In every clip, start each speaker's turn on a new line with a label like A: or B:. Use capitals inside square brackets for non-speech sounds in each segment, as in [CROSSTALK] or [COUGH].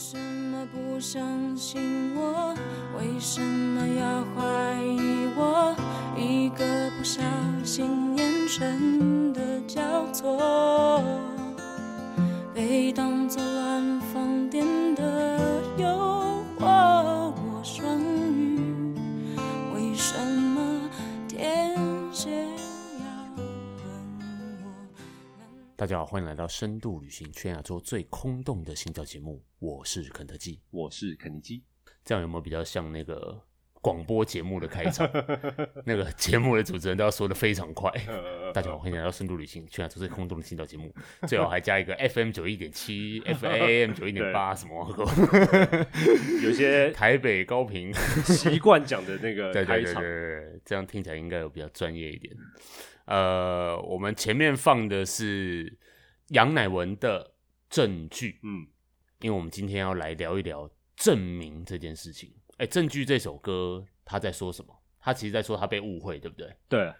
A: 什么不相信我？为什么要怀疑我？一个不小心，眼神的交错，被当作乱放电的诱惑。我双鱼，为什么天蝎要恨我？
B: 大家好，欢迎来到深度旅行全亚洲最空洞的行脚节目，我是肯德基。
C: 我是肯尼 [LAUGHS] 基，
B: 这样有没有比较像那个广播节目的开
C: [LAUGHS]
B: 场？那个节目的主持人都要说的非常快。大家好，欢迎来到深度旅行全亚洲最空洞的行脚节目，最好还加一个 FM 九一点
C: [LAUGHS]
B: 七、FAM 九一点八什么
C: 有些
B: 台北高
C: [LAUGHS]
B: 频。
C: 习惯讲的那个
B: [LAUGHS] 对对
C: 开
B: 对对
C: 场，
B: 对，对这样听起来应该有比较专业一点。呃，我们前面放的是杨乃文的证据，
C: 嗯，
B: 因为我们今天要来聊一聊证明这件事情。哎，证据这首歌他在说什么？他其实在说他被误会，对不对？
C: 对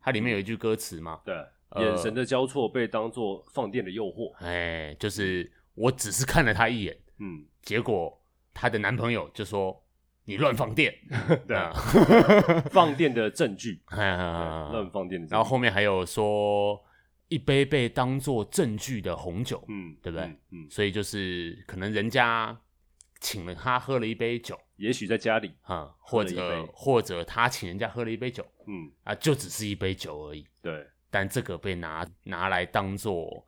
B: 它里面有一句歌词嘛，
C: 对，
B: 呃
C: 眼神的交错被当做放电的诱惑，
B: 哎，就是我只是看了他一眼，
C: 嗯，
B: [LAUGHS] 结果她的男朋友就说你乱放电，
C: [LAUGHS] 对
B: 啊， [LAUGHS]
C: 放电的证据，
B: 哎哎哎
C: 对
B: 哎哎
C: 乱放电的证据，
B: 然后后面还有说一杯被当做证据的红酒，
C: 嗯，
B: 对不对
C: 嗯？嗯，
B: 所以就是可能人家请了他喝了一杯酒，
C: 也许在家里，
B: 嗯，或
C: 喝了一
B: 者
C: 杯
B: 或者他请人家喝了一杯酒
C: 嗯，
B: 啊，就只是一杯酒而已，
C: 对
B: 但这个被拿拿来当做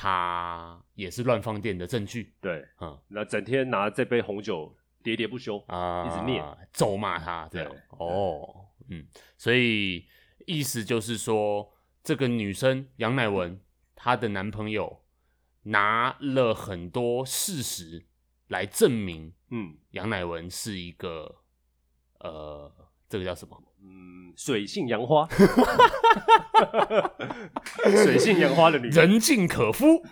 B: 他也是乱放电的证据
C: 对，
B: 嗯，
C: 那整天拿这杯红酒喋喋不休，
B: 啊，
C: 一直念
B: 咒骂他这样
C: 对
B: 哦，嗯，所以意思就是说，这个女生杨乃文她的男朋友拿了很多事实来证明
C: 嗯
B: 杨乃文是一个呃，这个叫什么？
C: 嗯，水性
B: [LAUGHS]
C: 杨花，水性杨花的女人，
B: 人尽可 [LAUGHS] 夫。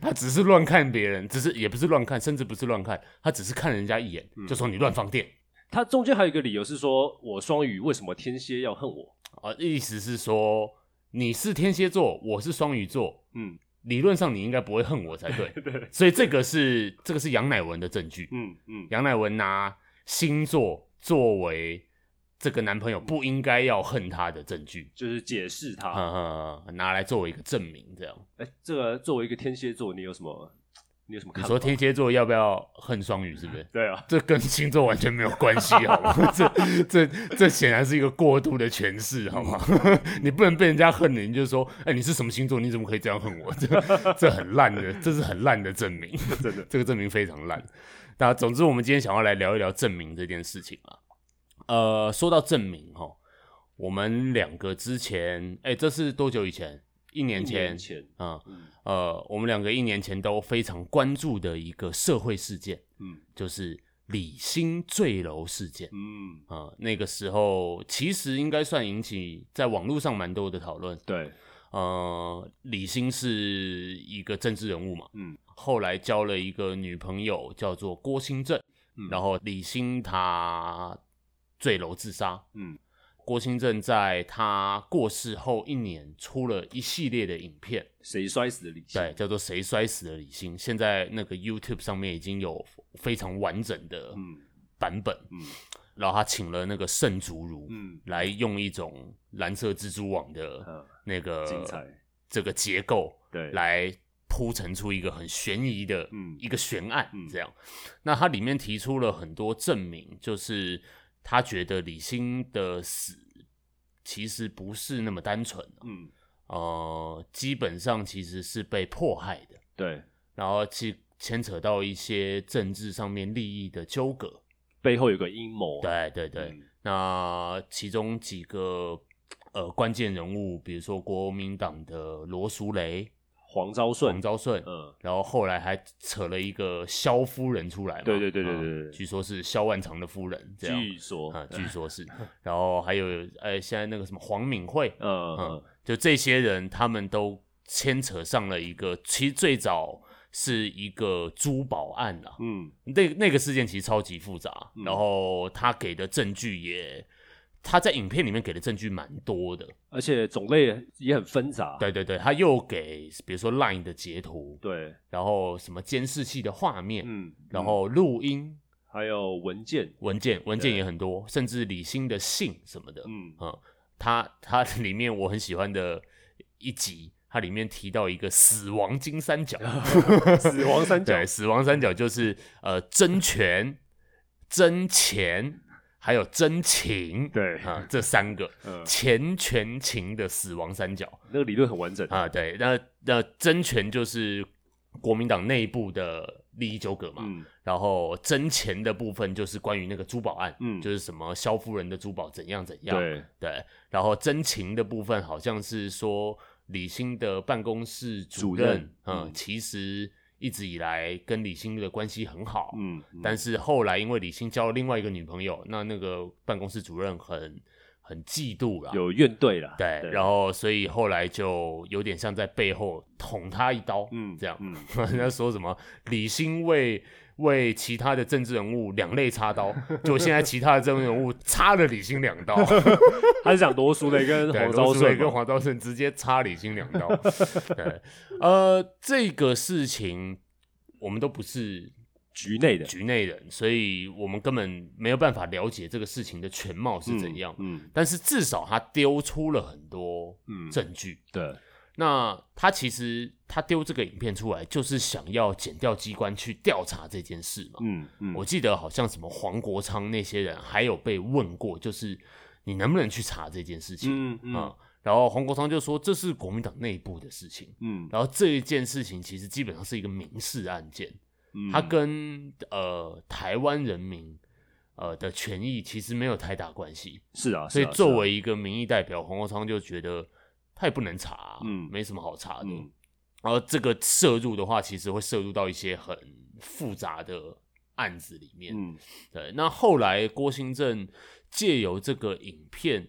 B: 他只是乱看别人，只是也不是乱看，甚至不是乱看，他只是看人家一眼，就说你乱放电。
C: 她中间还有一个理由是说，我双鱼为什么天蝎要恨我？
B: 啊，意思是说你是天蝎座，我是双鱼座，
C: 嗯
B: 理论上你应该不会恨我才 [LAUGHS] 对。
C: [LAUGHS] 对
B: 所以这个是这个是杨乃文的证据。
C: 嗯嗯，
B: 杨乃文拿星座作为这个男朋友不应该要恨他的证据，
C: 就是解释他。
B: 呃、拿来作为一个证明。这样，
C: 哎，这个作为一个天蝎座，你有什么？你有什么看
B: 你
C: 法？
B: 说天蝎座要不要恨双鱼？是不是？
C: 对啊， [LAUGHS]
B: 这跟星座完全没有关系，好吗？这这这显然是一个过度的诠释，好吗？ [LAUGHS] 你不能被人家恨你，你就说，哎、你是什么星座？你怎么可以这样恨我？这这很烂的，这是很烂的证明，
C: 真的，
B: 这个证明非常烂。那总之，我们今天想要来聊一聊证明这件事情啊。呃，说到证明哦，我们两个之前，哎、这是多久以前？一年前，
C: 一年前
B: 嗯，
C: 嗯
B: 呃，我们两个一年前都非常关注的一个社会事件，
C: 嗯
B: 就是李兴坠楼事件。
C: 嗯，
B: 呃，那个时候其实应该算引起在网络上蛮多的讨论。
C: 对，
B: 呃，李兴是一个政治人物嘛，
C: 嗯，
B: 后来交了一个女朋友叫做郭兴正，
C: 嗯
B: 然后李兴他坠楼自杀。
C: 嗯
B: 郭兴正在他过世后一年出了一系列的影片，
C: 谁摔死的理性？
B: 对，叫做《谁摔死的李兴》。现在那个 YouTube 上面已经有非常完整的
C: 嗯
B: 版本，
C: 嗯
B: 然后他请了那个圣竹如、
C: 嗯
B: 来用一种蓝色蜘蛛网的
C: 嗯，
B: 那个
C: 精彩，
B: 这个结构
C: 对，，
B: 来铺陈出一个很悬疑的
C: 嗯
B: 一个悬案
C: 嗯，
B: 这样。那他里面提出了很多证明，就是他觉得李欣的死其实不是那么单纯，
C: 嗯
B: 呃，基本上其实是被迫害的。
C: 对，
B: 然后去牵扯到一些政治上面利益的纠葛。
C: 背后有个阴谋，
B: 对对对，
C: 嗯
B: 那其中几个呃关键人物，比如说国民党的罗淑蕾、
C: 黄昭顺
B: 黄，昭顺，
C: 嗯
B: 然后后来还扯了一个萧夫人出来嘛，
C: 对对对对
B: 啊
C: 对对对
B: 据说是萧万长的夫人，这样
C: 据说，
B: 啊，
C: 嗯
B: 据说
C: [LAUGHS]
B: 是，然后还有呃现在那个什么黄敏惠，
C: 嗯
B: 嗯
C: 嗯，
B: 就这些人，他们都牵扯上了一个，其实最早是一个珠宝案啊啦。
C: 嗯
B: 那那个事件其实超级复杂，
C: 嗯
B: 然后他给的证据也他在影片里面给的证据蛮多的，
C: 而且种类也很纷杂。
B: 对对对，他又给比如说 Line 的截图，
C: 对，
B: 然后什么监视器的画面，
C: 嗯，
B: 然
C: 嗯
B: 后录音、
C: 还有文件，
B: 文件，文件
C: 对
B: 也很多，甚至李欣的信什么的。
C: 嗯，
B: 嗯，他他里面我很喜欢的一集，它里面提到一个死亡金三
C: [LAUGHS]
B: 角，
C: [LAUGHS] 死亡三角
B: 对，死亡三角就是呃争权、争钱，还有争情，
C: 对
B: 啊、这三个
C: 嗯
B: 钱权情的死亡三角
C: 那个理论很完整。
B: 啊、对，那那争权就是国民党内部的利益纠葛嘛，
C: 嗯，
B: 然后争钱的部分就是关于那个珠宝案，
C: 嗯
B: 就是什么萧夫人的珠宝怎样怎样，
C: 对，
B: 对，然后真情的部分好像是说李欣的办公室主
C: 主任
B: 嗯，
C: 嗯
B: 其实一直以来跟李欣的关系很好，
C: 嗯，
B: 但是后来因为李欣交了另外一个女朋友，那那个办公室主任很很嫉妒啦，
C: 有怨对了。
B: 对，然后所以后来就有点像在背后捅他一刀，
C: 嗯，
B: 这样， [LAUGHS]
C: 嗯，
B: 人家说什么李欣为为其他的政治人物两肋插刀，就现在其他的政治人物插了李欣两刀。
C: 他是讲罗淑蕾跟
B: 对，
C: 黄
B: 罗
C: 昭
B: 志伟
C: 顺
B: 跟
C: 嘛，
B: 黄昭顺直接插李欣两刀。对，呃，这个事情我们都不是
C: 局内的
B: 局内人，所以我们根本没有办法了解这个事情的全貌是怎样。
C: 嗯
B: 但是至少他丢出了很多
C: 嗯，
B: 证据。
C: 对，
B: 那他其实他丢这个影片出来，就是想要检调机关去调查这件事嘛。
C: 嗯嗯，
B: 我记得好像什么黄国昌那些人还有被问过，就是你能不能去查这件事情？
C: 嗯嗯
B: 啊、然后黄国昌就说这是国民党内部的事情，
C: 嗯，
B: 然后这一件事情其实基本上是一个民事案件，
C: 嗯
B: 它跟呃台湾人民呃的权益其实没有太大关系，
C: 是啊，
B: 所以
C: 是啊
B: 作为一个民意代表，黄国昌就觉得他也不能查啊、
C: 嗯
B: 没什么好查的。
C: 嗯
B: 然后这个涉入的话，其实会涉入到一些很复杂的案子里面，
C: 嗯
B: 对，那后来郭兴正借由这个影片，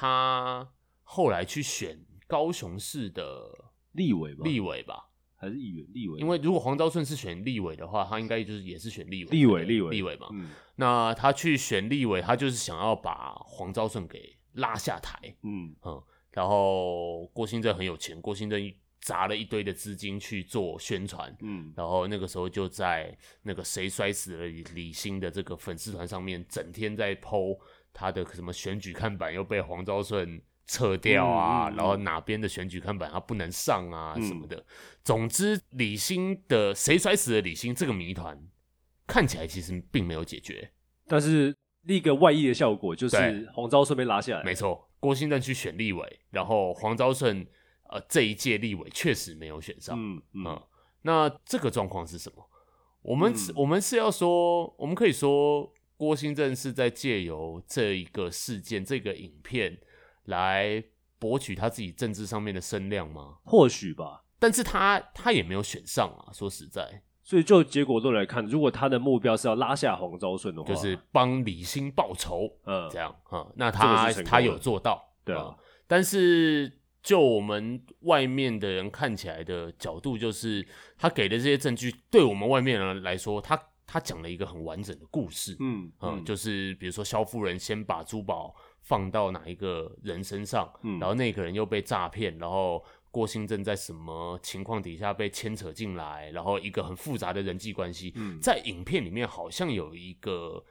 B: 他后来去选高雄市的
C: 立委吧，
B: 立委吧，
C: 还是议员立委，
B: 因为如果黄昭顺是选立委的话，他应该就是也是选立委，
C: 立委
B: 对
C: 立
B: 不
C: 委
B: 对立委嘛。
C: 嗯
B: 那他去选立委，他就是想要把黄昭顺给拉下台，
C: 嗯
B: 然后郭兴正很有钱，郭兴正砸了一堆的资金去做宣传，
C: 嗯
B: 然后那个时候就在那个谁摔死了李欣的这个粉丝团上面，整天在剖他的什么选举看板又被黄昭顺撤掉啊，
C: 嗯嗯嗯
B: 然后哪边的选举看板他不能上啊
C: 嗯
B: 什么的。总之，李欣的谁摔死了李欣这个谜团看起来其实并没有解决。
C: 但是另一个外溢的效果就
B: 对
C: 是黄昭顺被拉下来，
B: 没错，郭兴正去选立委，然后黄昭顺呃这一届立委确实没有选上。
C: 嗯嗯
B: 嗯，那这个状况是什么？我们、
C: 嗯
B: 我们是要说，我们可以说郭兴正是在借由这一个事件、这个影片来博取他自己政治上面的声量吗？
C: 或许吧。
B: 但是他他也没有选上啊，说实在，
C: 所以就结果论来看，如果他的目标是要拉下黄昭顺的话，
B: 就是帮李欣报仇
C: 嗯
B: 这样啊、嗯那
C: 这
B: 他
C: 个是成功的
B: 他有做到，
C: 对啊
B: 嗯但是就我们外面的人看起来的角度，就是他给的这些证据，对我们外面人来说，他他讲了一个很完整的故事。
C: 嗯
B: 嗯，就是比如说萧夫人先把珠宝放到哪一个人身上，
C: 嗯
B: 然后那个人又被诈骗，然后郭兴正在什么情况底下被牵扯进来，然后一个很复杂的人际关系，
C: 嗯
B: 在影片里面好像有一个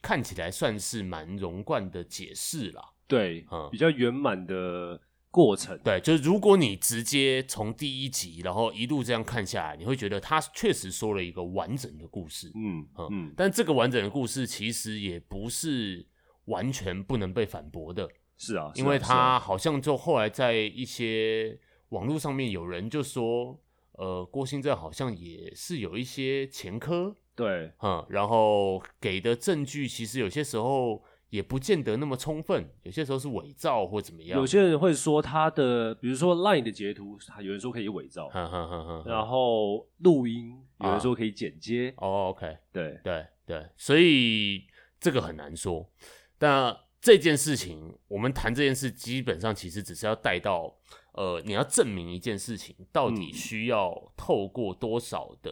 B: 看起来算是蛮融贯的解释啦。
C: 对
B: 嗯
C: 比较圆满的过程，
B: 对，就是如果你直接从第一集，然后一路这样看下来，你会觉得他确实说了一个完整的故事。
C: 嗯
B: 嗯
C: 嗯
B: 但这个完整的故事其实也不是完全不能被反驳的，
C: 是啊，
B: 因为
C: 是啊
B: 他好像就后来在一些网络上面有人就说，呃，郭兴正好像也是有一些前科，
C: 是啊对
B: 嗯，然后给的证据其实有些时候也不见得那么充分，有些时候是伪造或怎么样。
C: 有些人会说他的，比如说 LINE 的截图，他有人说可以伪造，
B: 哼，哼哼哼哼
C: 然后录音有
B: 啊
C: 人说可以剪接，
B: 嗯哦，OK，
C: 对，
B: 对对，所以这个很难说。但这件事情，我们谈这件事，基本上其实只是要带到，呃，你要证明一件事情，到底
C: 嗯
B: 需要透过多少的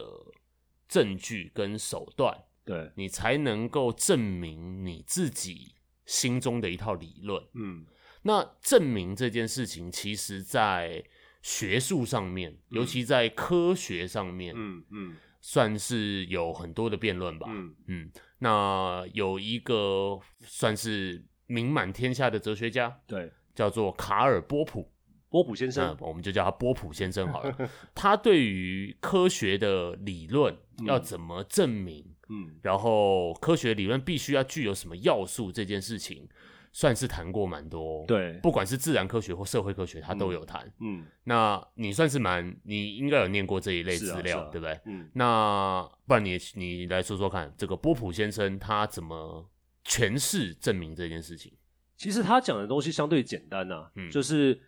B: 证据跟手段，
C: 对，
B: 你才能够证明你自己心中的一套理论。
C: 嗯
B: 那证明这件事情，其实在学术上面，尤其在科学上面，
C: 嗯嗯
B: 算是有很多的辩论吧。
C: 嗯
B: 嗯，那有一个算是名满天下的哲学家，
C: 对，
B: 叫做卡尔波普。
C: 波普先
B: 那
C: 生，
B: 我们就叫他嗯波普先生好了。
C: [LAUGHS]
B: 他对于科学的理论要怎么证明，
C: 嗯
B: 然后科学理论必须要具有什么要素这件事情，算是谈过蛮多。，
C: 对，
B: 不管是自然科学或社会科学，他都有谈。
C: 嗯
B: 那你算是蛮，你应该有念过这一类
C: 是啊
B: 资料，
C: 是啊
B: 对不对？
C: 嗯
B: 那不然你你来说说看，这个波普先生他怎么诠释证明这件事情？
C: 其实他讲的东西相对简单呐、啊
B: 嗯
C: 就是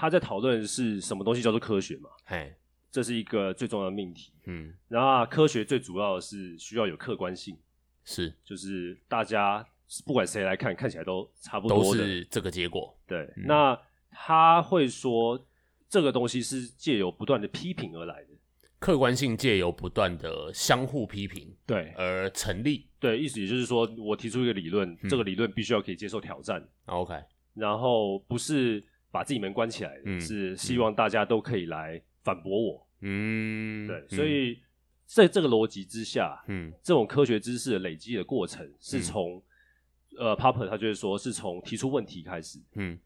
C: 他在讨论是什么东西叫做科学嘛，
B: 嘿，
C: 这是一个最重要的命题。
B: 嗯，
C: 然后啊科学最主要的是需要有客观性，
B: 是，
C: 就是大家不管谁来看，看起来都差不多
B: 都
C: 的。
B: 是这个结果。
C: 对，
B: 嗯
C: 那他会说这个东西是借由不断的批评而来的。
B: 客观性借由不断的相互批评
C: 对，
B: 而成立。
C: 对，意思也就是说，我提出一个理论，
B: 嗯
C: 这个理论必须要可以接受挑战，
B: OK，
C: 然后不是把自己门关起来的，
B: 嗯
C: 是希望大家都可以来反驳我。
B: 嗯，
C: 对，
B: 嗯
C: 所，以在这个逻辑之下，
B: 嗯
C: 这种科学知识的累积的过程是从、呃 p a p e r 他就会说是从提出问题开始。
B: 嗯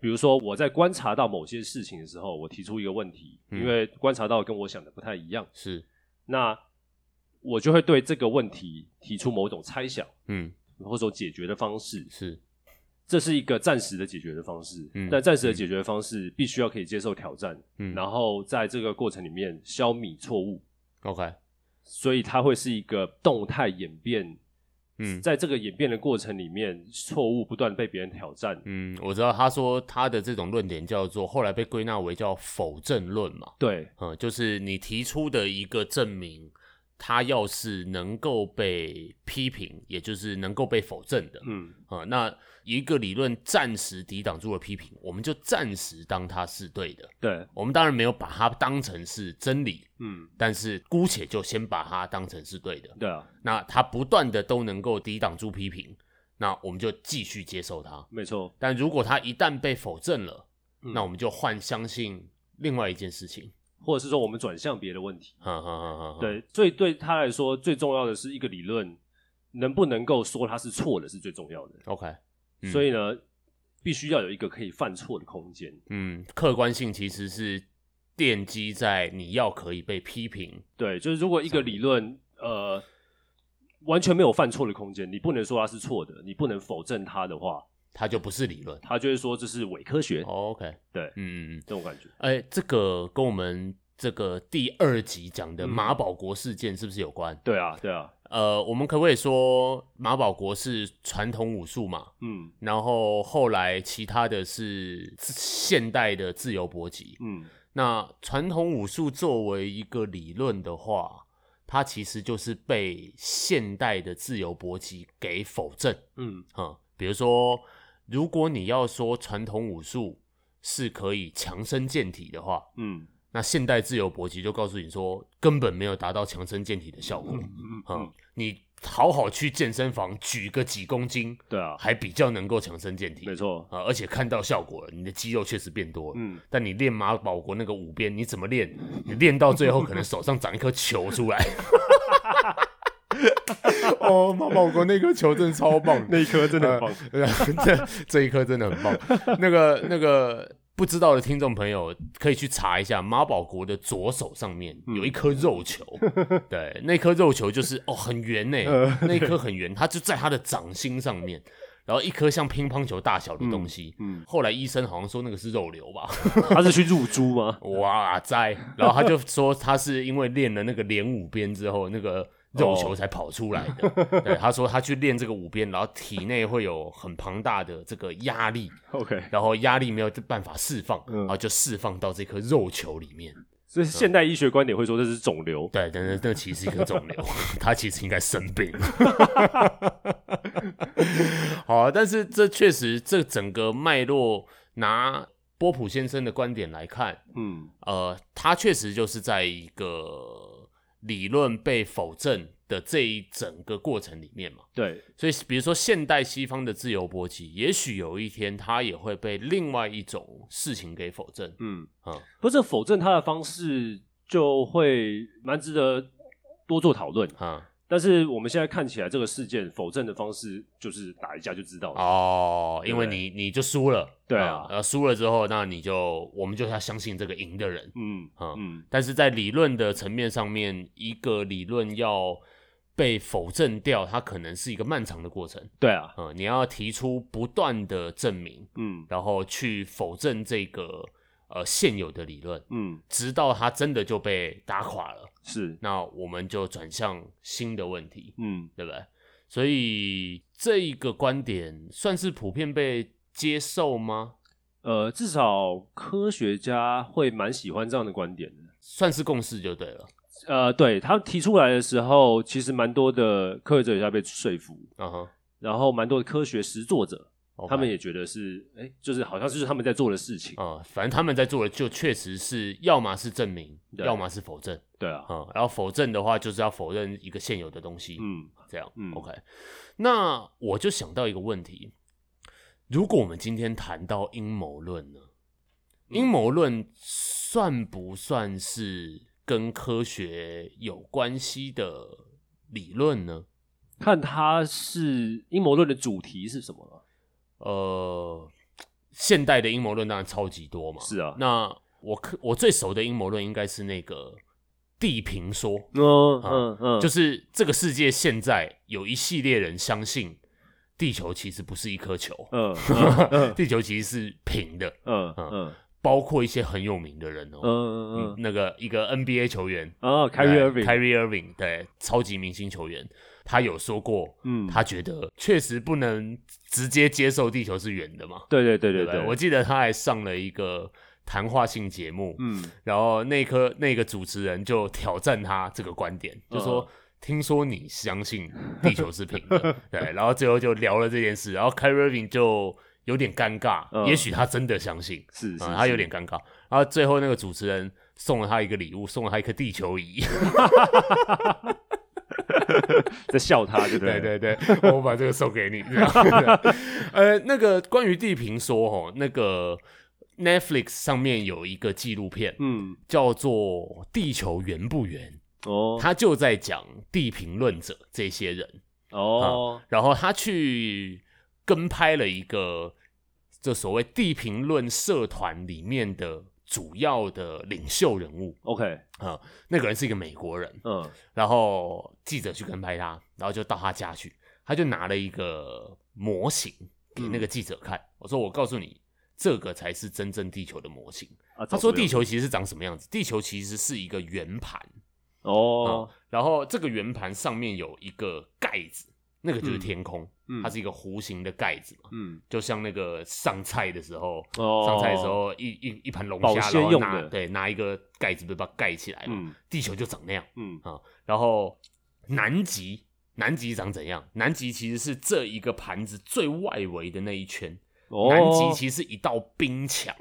C: 比如说，我在观察到某些事情的时候，我提出一个问题，
B: 嗯
C: 因为观察到跟我想的不太一样，
B: 是，
C: 那我就会对这个问题提出某种猜想，
B: 嗯
C: 或者说解决的方式。
B: 是，
C: 这是一个暂时的解决的方式，
B: 嗯
C: 但暂时的解决方式必须要可以接受挑战，
B: 嗯，
C: 然后在这个过程里面消弭错误，
B: OK，
C: 所以它会是一个动态演变。
B: 嗯
C: 在这个演变的过程里面，错误不断被别人挑战，
B: 嗯，我知道他说他的这种论点叫做后来被归纳为叫否证论嘛，
C: 对
B: 嗯，就是你提出的一个证明，它要是能够被批评，也就是能够被否证的，
C: 嗯，
B: 啊、那一个理论暂时抵挡住了批评，我们就暂时当它是对的。
C: 对，
B: 我们当然没有把它当成是真理，
C: 嗯，
B: 但是姑且就先把它当成是对的。
C: 对啊，
B: 那它不断的都能够抵挡住批评，那我们就继续接受它。
C: 没错，
B: 但如果它一旦被否证了，
C: 嗯
B: 那我们就换相信另外一件事情。 [LAUGHS]
C: 或者是说我们转向别的问题，
B: 哈哈哈哈。，
C: 对，所以对他来说最重要的是一个理论能不能够说它是错的是最重要的，
B: ，OK，嗯
C: 所以呢，必须要有一个可以犯错的空间，
B: 嗯，客观性其实是奠基在你要可以被批评，
C: 对，就是如果一个理论呃完全没有犯错的空间，你不能说它是错的，你不能否证它的话，
B: 它就不是理论。
C: 他就会说这是伪科学，
B: 哦 OK，
C: 对
B: 嗯嗯嗯，
C: 这种感觉。
B: 哎、这个跟我们这个第二集讲的
C: 嗯
B: 马保国事件是不是有关？
C: 对啊，对啊，
B: 呃，我们可不可以说马保国是传统武术嘛？
C: 嗯
B: 然后后来其他的是现代的自由搏击。
C: 嗯，
B: 那传统武术作为一个理论的话，它其实就是被现代的自由搏击给否证。
C: 嗯
B: 嗯，比如说，如果你要说传统武术是可以强身健体的话，
C: 嗯
B: 那现代自由搏击就告诉你说，根本没有达到强身健体的效果。
C: 嗯
B: 嗯
C: 嗯，，
B: 你好好去健身房举个几公斤，
C: 对啊，
B: 还比较能够强身健体
C: 没错，
B: 啊、而且看到效果了，你的肌肉确实变多了。
C: 嗯，
B: 但你练马保国那个五鞭，你怎么练？你练到最后可能手上长一颗球出来。 [LAUGHS] 哦，马保国那颗球真的超棒的，
C: 一颗真
B: 呃， [LAUGHS] 这这一颗真的很棒。那个那个不知道的听众朋友可以去查一下，马保国的左手上面
C: 嗯
B: 有一颗肉
C: [LAUGHS]
B: 球，对，那颗肉球就是哦很圆呢、
C: 呃
B: 那一颗很圆，它就在他的掌心上面，然后一颗像乒乓球大小的东西。
C: 嗯，
B: 后来医生好像说那个是肉瘤吧，
C: 他是去入珠 [LAUGHS] 吗？
B: 哇塞！然后他就说他是因为练了那个连五鞭之后，那个肉球才跑出来的。对，他说他去练这个五鞭，然后体内会有很庞大的这个压力，
C: OK，
B: 然后压力没有办法释放，
C: 嗯
B: 然后就释放到这颗肉球里面。
C: 所以现代医学观点会说这是肿瘤，
B: 对，但是那其实是一个肿瘤， [LAUGHS] 他其实应该生病。好啊、但是这确实这整个脉络拿波普先生的观点来看。
C: 嗯
B: 呃，他确实就是在一个理论被否证的这一整个过程里面嘛。
C: 对，
B: 所以，比如说现代西方的自由搏击，也许有一天它也会被另外一种事情给否证。
C: 嗯，
B: 嗯，
C: 不是否证他的方式就会蛮值得多做讨论。
B: 啊、
C: 但是我们现在看起来这个事件否证的方式就是打一架就知道了。
B: 哦，因为
C: 对
B: 你你就输了，
C: 对啊
B: 呃，输了之后，那你就我们就要相信这个赢的人。
C: 嗯
B: 啊
C: 嗯，
B: 但是在理论的层面上面，一个理论要被否证掉，它可能是一个漫长的过程。
C: 对啊，
B: 呃，你要提出不断的证明，
C: 嗯
B: 然后去否证这个呃现有的理论，
C: 嗯
B: 直到它真的就被打垮了，
C: 是，
B: 那我们就转向新的问题，
C: 嗯
B: 对不对？所以这一个观点算是普遍被接受吗？
C: 呃，至少科学家会蛮喜欢这样的观点的。
B: 算是共识就对了。
C: 呃，对他提出来的时候，其实蛮多的科学者也被说服，
B: 嗯哼
C: 然后蛮多的科学实作者，
B: ，OK，
C: 他们也觉得是，哎，就是好像就是他们在做的事情。
B: 呃，反正他们在做的就确实是要么是证明，
C: 对
B: 要么是否证
C: 对啊，
B: 啊、嗯然后否证的话，就是要否认一个现有的东西。
C: 嗯
B: 这样、
C: 嗯
B: o k 那我就想到一个问题：如果我们今天谈到阴谋论呢？
C: 嗯
B: 阴谋论算不算是跟科学有关系的理论呢？
C: 看他是阴谋论的主题是什么了。
B: 呃，现代的阴谋论当然超级多嘛。
C: 是啊
B: 那我可我最熟的阴谋论应该是那个地平说，
C: 嗯
B: 啊
C: 嗯嗯，
B: 就是这个世界现在有一系列人相信地球其实不是一颗球，
C: 嗯
B: [LAUGHS]
C: 嗯嗯
B: 地球其实是平的，
C: 嗯嗯
B: 包括一些很有名的人哦。
C: 嗯嗯
B: 那个一个 NBA 球员
C: 哦 c a r r y i r v i n
B: Kyrie Irving，对，超级明星球员，他有说过，
C: 嗯，
B: 他觉得确实不能直接接受地球是圆的嘛。
C: 对对对对
B: 不
C: 对，
B: 我记得他还上了一个谈话性节目，
C: 嗯
B: 然后那颗那个主持人就挑战他这个观点，就说。
C: 嗯
B: 听说你相信地球是平
C: [LAUGHS]
B: 的，对，然后最后就聊了这件事，然后 Kyrie Irving 就有点尴尬，
C: 嗯
B: 也许他真的相信，
C: 是是
B: 啊，他有点尴尬。然后最后那个主持人送了他一个礼物，送了他一颗地球仪，
C: 在笑他，对不
B: 对
C: 对？
B: [LAUGHS] 对对，我把这个送给你。 [LAUGHS] 这样呃，那个关于地平说哦，那个 Netflix 上面有一个纪录片，
C: 嗯
B: 叫做《地球圆不圆》，
C: 哦
B: 他就在讲地评论者这些人，
C: 哦
B: 然后他去跟拍了一个这所谓地评论社团里面的主要的领袖人物
C: ，OK，
B: 啊、那个人是一个美国人，
C: 嗯
B: 然后记者去跟拍他，然后就到他家去，他就拿了一个模型给那个记者看，我说我告诉你，这个才是真正地球的模型。
C: 啊，
B: 他
C: 他
B: 说地球其实是长什么样子？地球其实是一个圆盘，
C: 哦，
B: 然后这个圆盘上面有一个盖子，那个就是天空，
C: 嗯
B: 它是一个弧形的盖子嘛，
C: 嗯
B: 就像那个上菜的时候。
C: 哦，
B: 上菜的时候，一一一盘龙
C: 保
B: 虾，
C: 鲜
B: 然后
C: 用
B: 拿
C: 的
B: 对拿一个盖子，不是把它盖起来嘛？
C: 嗯
B: 地球就长那样。
C: 嗯
B: 然后南极，南极长怎样？南极其实是这一个盘子最外围的那一圈，
C: 哦，
B: 南极其实是一道冰墙，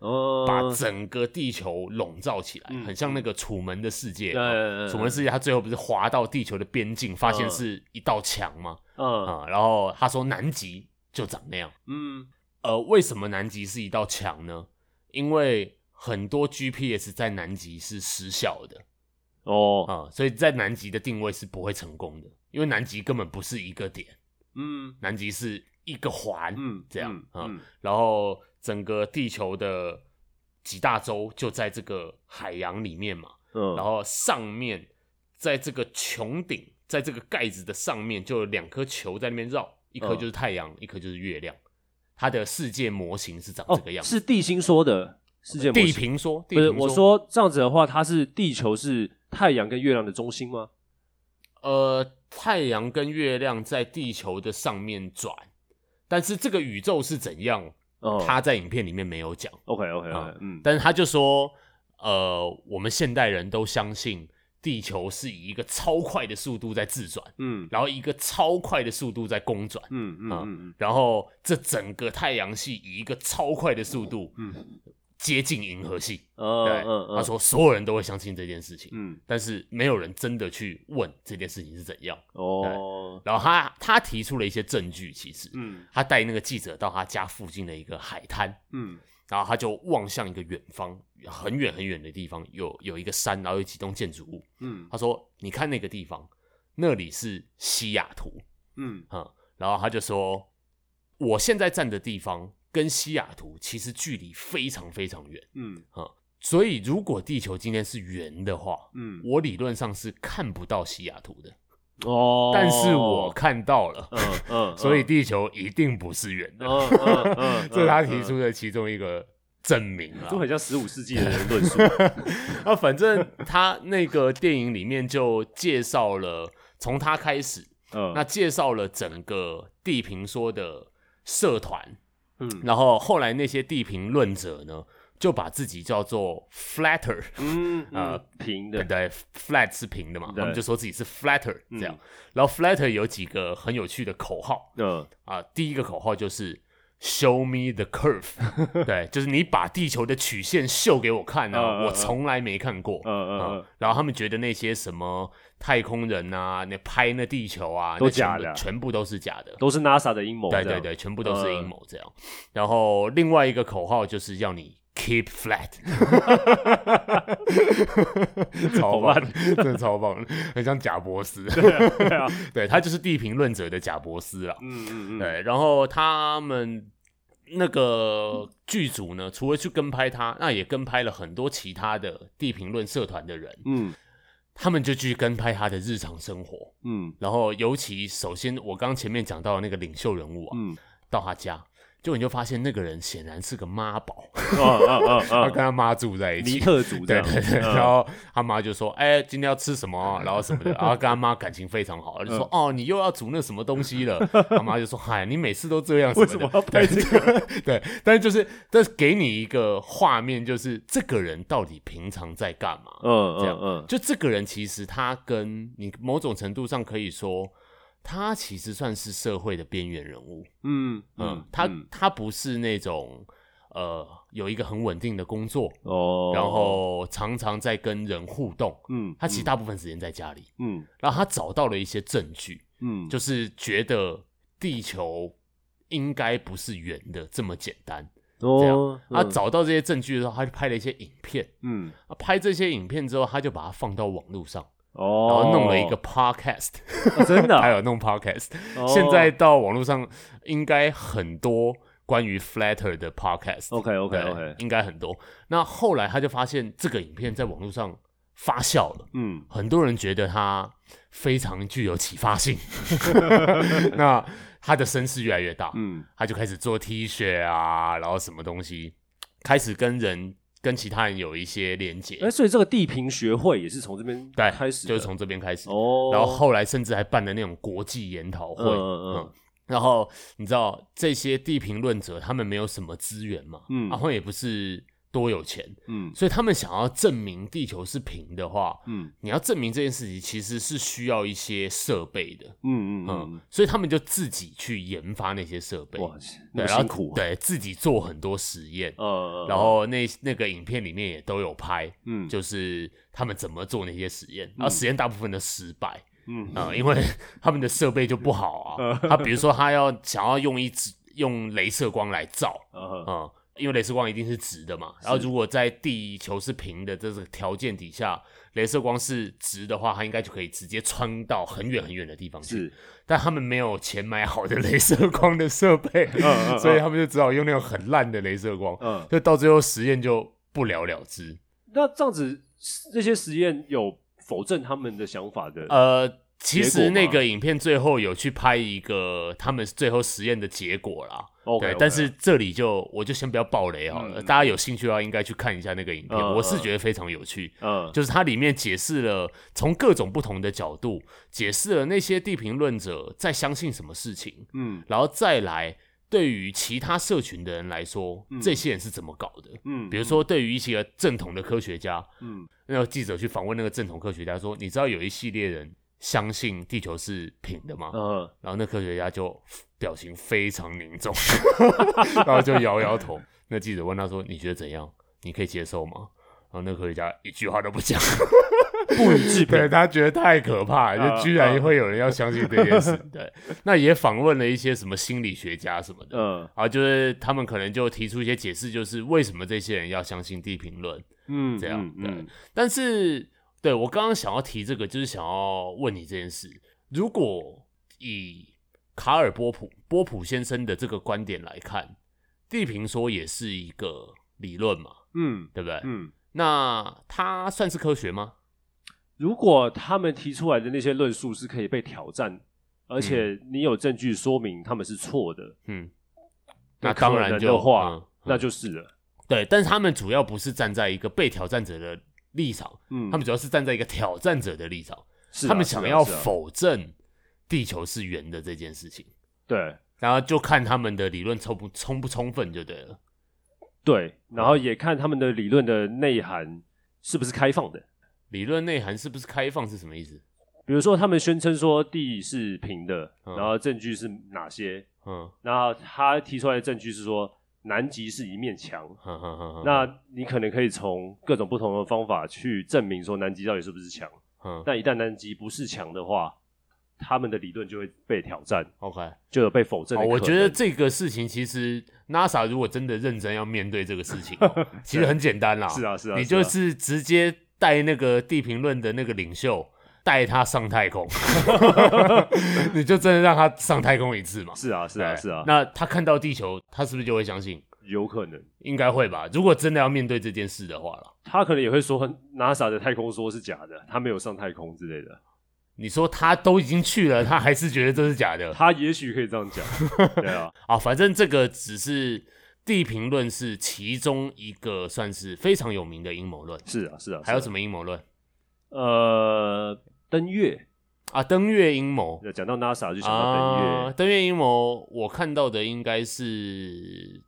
C: 哦
B: 把整个地球笼罩起来，
C: 嗯
B: 很像那个《楚门的世界》啊
C: 对对对
B: 楚门世界》他最后不是滑到地球的边境，发现是一道墙吗？
C: 嗯
B: 啊、然后他说南极就长那样。
C: 嗯
B: 呃，为什么南极是一道墙呢？因为很多 GPS 在南极是失效的。
C: 哦
B: 啊、所以在南极的定位是不会成功的，因为南极根本不是一个点，
C: 嗯
B: 南极是一个环，
C: 嗯
B: 这样啊、
C: 嗯
B: 然后整个地球的几大洲就在这个海洋里面嘛，
C: 嗯，
B: 然后上面在这个穹顶，在这个盖子的上面就有两颗球在那边绕，一颗
C: 嗯
B: 就是太阳，一颗就是月亮，它的世界模型是长这个
C: 哦
B: 样子。
C: 是地心说的世界模
B: 地
C: 型
B: 平说，地
C: 不是
B: 平
C: 我说这样子的话，它是地球是太阳跟月亮的中心吗？
B: 呃，太阳跟月亮在地球的上面转，但是这个宇宙是怎样，
C: 哦，
B: 他在影片里面没有讲，
C: OK OK
B: 啊
C: OK，嗯
B: 但是他就说，呃，我们现代人都相信地球是以一个超快的速度在自转，
C: 嗯
B: 然后一个超快的速度在公转。
C: 嗯嗯
B: 啊
C: 嗯
B: 然后这整个太阳系以一个超快的速度
C: 嗯
B: 接近银河系。
C: 嗯
B: 对，
C: 嗯嗯，
B: 他说所有人都会相信这件事情，
C: 嗯
B: 但是没有人真的去问这件事情是怎样。
C: 哦，
B: 然后他他提出了一些证据，其实
C: 嗯
B: 他带那个记者到他家附近的一个海滩，
C: 嗯
B: 然后他就望向一个远方，很远很远的地方，有有一个山，然后有几栋建筑物。
C: 嗯
B: 他说：“你看那个地方，那里是西雅图。
C: 嗯”
B: 嗯，然后他就说：“我现在站的地方跟西雅图其实距离非常非常远。
C: 嗯
B: 嗯，所以如果地球今天是圆的话，
C: 嗯，
B: 我理论上是看不到西雅图的，
C: 哦，
B: 但是我看到了。
C: 嗯嗯，
B: 所以地球一定不是圆的。
C: 嗯
B: [LAUGHS]
C: 嗯嗯
B: 这是他提出的其中一个证明了
C: 就。很像十五世纪
B: [LAUGHS]
C: 的人论述，
B: 那反正他那个电影里面就介绍了，从他开始，
C: 嗯，
B: 那介绍了整个地平说的社团，
C: 嗯
B: 然后后来那些地平论者呢，就把自己叫做 flatter，
C: 嗯
B: 呃
C: 呃平的
B: 对，对，flat 是平的嘛，
C: 对
B: 他们就说自己是 flatter 这样
C: 嗯。
B: 然后 flatter 有几个很有趣的口号，
C: 嗯
B: 啊、第一个口号就是 “Show me the
C: [LAUGHS]
B: curve”，对，就是你把地球的曲线秀给我看
C: 嗯嗯
B: 啊，
C: 嗯
B: 我从来没看过。
C: 嗯嗯
B: 啊
C: 嗯
B: 然后他们觉得那些什么太空人啊，那拍那地球啊，
C: 都
B: 那全
C: 假
B: 部
C: 的啊
B: 全部都是假的。
C: 都是 NASA 的阴谋，
B: 对
C: 这
B: 对
C: 样
B: 对，，嗯全部都是阴谋这样。然后另外一个口号就是要你 keep [LAUGHS] flat，超棒，真的超棒，很像贾博斯。
C: 对啊，
B: [LAUGHS] 对他就是地平论者的贾博斯啦。
C: 嗯嗯嗯，
B: 对，然后他们那个剧组呢，除了去跟拍他，那也跟拍了很多其他的地评论社团的人，
C: 嗯
B: 他们就去跟拍他的日常生活。
C: 嗯
B: 然后，尤其首先我刚前面讲到的那个领袖人物啊，
C: 嗯，
B: 到他家，就你就发现那个人显然是个妈
C: [LAUGHS]
B: 宝，
C: 嗯
B: 他
C: 嗯
B: 跟
C: 嗯，
B: 他妈住在一
C: 尼
B: 起。
C: 特族这
B: 对
C: 样，
B: 对对，
C: 嗯
B: 然后他妈就说：“哎、今天要吃什么？然后什么的。”然后跟他妈感情非常好，就说：“
C: 嗯
B: 哦，你又要煮那什么东西了。”他妈就说：“嗨，你每次都这样
C: 为
B: 什
C: 什
B: 么
C: 么
B: 的。
C: 要拍这个？
B: [LAUGHS] 对，但是就是，但是给你一个画面，就是这个人到底平常在干嘛？
C: 嗯
B: 这样
C: 嗯嗯，
B: 就这个人其实他跟你某种程度上可以说，他其实算是社会的边缘人物。
C: 嗯
B: 嗯
C: 嗯，，
B: 他
C: 嗯
B: 他不是那种呃有一个很稳定的工作，
C: 哦，
B: 然后常常在跟人互动。
C: 嗯，
B: 他其实大部分时间在家里，
C: 嗯
B: 然后他找到了一些证据，
C: 嗯，
B: 就是觉得地球应该不是圆的这么简单。这样
C: 哦，
B: 他
C: 嗯
B: 找到这些证据的时候，他就拍了一些影片。
C: 嗯
B: 啊拍这些影片之后，他就把它放到网络上，
C: 哦，
B: 然后弄了一个
C: [LAUGHS]
B: podcast，、
C: 哦真的啊
B: 还有弄 podcast、
C: 哦
B: 现在到网络上应该很多关于 flatter 的 podcast。
C: OK，OK，OK
B: 对应该很多。那后来他就发现这个影片在网络上发酵了。
C: 嗯
B: 很多人觉得他非常具有启发性，那他的声势越来越大，
C: 嗯
B: 他就开始做 T 恤啊，然后什么东西，开始跟人跟其他人有一些连接。
C: 哎，所以这个地平学会也是从这边
B: 对，
C: 开始的，
B: 就是从这边开始。
C: 哦，
B: 然后后来甚至还办了那种国际研讨会，
C: 嗯嗯嗯
B: 然后你知道这些地评论者他们没有什么资源嘛，
C: 嗯
B: 然后也不是多有钱，
C: 嗯
B: 所以他们想要证明地球是平的话，
C: 嗯
B: 你要证明这件事情其实是需要一些设备的，
C: 嗯嗯
B: 嗯
C: 嗯，，
B: 所以他们就自己去研发那些设备，
C: 哇，
B: 对，
C: 那么
B: 然后
C: 辛苦，，啊
B: 对自己做很多实验，
C: 呃，
B: 啊然后那那个影片里面也都有拍，
C: 嗯
B: 就是他们怎么做那些实验，然后实验大部分都失败。
C: 嗯
B: 啊、因为 [LAUGHS] 他们的设备就不好啊。他比如说，他要想要用一直用镭射光来照，
C: 啊
B: 嗯，因为镭射光一定是直的嘛。然后如果在地球是平的这个条件底下，镭射光是直的话，它应该就可以直接穿到很远很远的地方去。
C: 是，
B: 但他们没有钱买好的镭射光的设备，
C: 嗯嗯
B: 所以他们就只好用那种很烂的镭射光，
C: 嗯，
B: 就到最后实验就不了了之。
C: 那这样子那些实验有否证他们的想法的？
B: 呃，其
C: 结
B: 实
C: 果
B: 那
C: 吗
B: 个影片最后有去拍一个他们最后实验的结果啦。
C: OK，
B: 对，但是这里就我就先不要爆雷好了，
C: 嗯
B: 大家有兴趣的话应该去看一下那个影片，
C: 嗯
B: 我是
C: 嗯
B: 觉得非常有趣。
C: 嗯，
B: 就是它里面解释了从各种不同的角度解释了那些地评论者在相信什么事情，
C: 嗯
B: 然后再来对于其他社群的人来说，
C: 嗯
B: 这些人是怎么搞的。
C: 嗯，
B: 比如说，对于一些正统的科学家，
C: 嗯
B: 那个记者去访问那个正统科学家说：“你知道有一系列人相信地球是平的吗？”
C: 嗯
B: 然后那科学家就表 [LAUGHS] 情非常凝重，然后就摇摇头。那记者问他说：“你觉得怎样？”你可以接受吗？”然后那个科学家一句话都不 [LAUGHS] 讲，
C: 不予置评
B: [LAUGHS] 对他觉得太可怕了，
C: 啊
B: 就居然会有人要相信这件事。 [LAUGHS] 对，那也访问了一些什么心理学家什么的，
C: 嗯
B: 啊，就是他们可能就提出一些解释，就是为什么这些人要相信地平论。
C: 嗯，
B: 这样
C: 嗯嗯
B: 但是，对我刚刚想要提这个，就是想要问你这件事：如果以卡尔波普波普先生的这个观点来看，地平说也是一个理论嘛，
C: 嗯
B: 对不对？
C: 嗯，
B: 那它算是科学吗？
C: 如果他们提出来的那些论述是可以被挑战，而且你有证据说明他们是错的，
B: 嗯，那当然
C: 可能
B: 就
C: 的
B: 嗯
C: 话，
B: 嗯
C: 那就是了。
B: 对，但是他们主要不是站在一个被挑战者的立场，
C: 嗯，
B: 他们主要是站在一个挑战者的立场，
C: 是啊
B: 他们
C: 是啊
B: 想要
C: 是啊
B: 否认地球是圆的这件事情。
C: 对
B: 然后就看他们的理论充不充不充分就对了。
C: 对，然后也看他们的理论的内涵是不是开放的。
B: 理论内涵是不是开放是什么意思？
C: 比如说，他们宣称说地是平的，
B: 嗯
C: 然后证据是哪些？
B: 嗯，
C: 然后他提出来的证据是说，南极是一面墙。
B: 哼哼哼哼
C: 那你可能可以从各种不同的方法去证明说南极到底是不是墙。
B: 嗯
C: 但一旦南极不是墙的话，他们的理论就会被挑战，
B: ，OK，
C: 就有被否证
B: 好
C: 的可
B: 哦
C: 能、
B: 我觉得这个事情其实 NASA 如果真的认真要面对这个事
C: [LAUGHS]
B: 情哦，其实很简单啦。
C: 是啊是啊
B: 你
C: 是啊
B: 就是直接带那个地评论的那个领袖。带他上太
C: [LAUGHS]
B: 空， [LAUGHS] 你就真的让他上太空一次嘛？
C: 是啊是啊
B: 对
C: 是啊，
B: 那他看到地球，他是不是就会相信？
C: 有可能
B: 应该会吧。如果真的要面对这件事的话了，
C: 他可能也会说 NASA 的太空说是假的，他没有上太空之类的，
B: 你说他都已经去了，他还是觉得这是假的
C: 他也许可以这样
B: [LAUGHS]
C: 讲，对啊，
B: 啊？反正这个只是地平论是其中一个算是非常有名的阴谋论，
C: 是啊是啊，
B: 还有
C: 么？
B: 什么阴谋论
C: 呃，登月，
B: 啊？登月阴谋
C: 讲到 NASA 就想到登月，
B: 啊，登月阴谋，我看到的应该是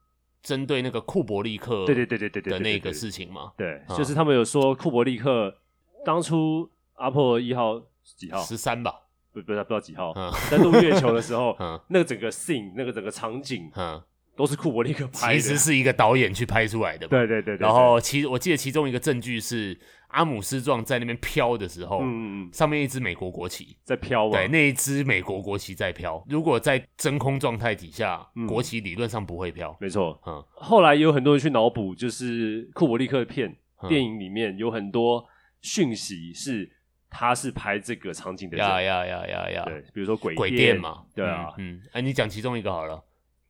B: 针对那个库伯利克
C: 对对对对对对
B: 的
C: 对
B: 那
C: 对
B: 个
C: 对
B: 事情嘛，
C: 对，
B: 啊
C: 就是他们有说库伯利克当初阿波罗一号是几号？
B: 十三吧？
C: 不不知道不知道几号
B: 嗯，
C: 在陆月球的时候
B: [LAUGHS] 嗯，
C: 那个整个 scene 那个整个场景
B: 嗯，
C: 都是库伯利克拍
B: 其
C: 的，啊
B: 实是一个导演去拍出来的嘛。
C: 对对对对，对
B: 然后其我记得其中一个证据是阿姆斯壮在那边飘的时候，
C: 嗯嗯嗯，
B: 上面一只美国国旗。
C: 在飘啊嘛
B: 对，，那一只美国国旗在飘。如果在真空状态底下，
C: 嗯
B: 国旗理论上不会飘。
C: 没错。
B: 嗯
C: 后来有很多人去脑补，就是库伯利克的片
B: 嗯
C: 电影里面有很多讯息是他是拍这个场景的
B: 呀
C: 人，
B: 呀呀呀呀！
C: 对，比如说鬼
B: 鬼
C: 店
B: 店嘛，
C: 对啊，
B: 嗯，嗯哎，你讲其中一个好了。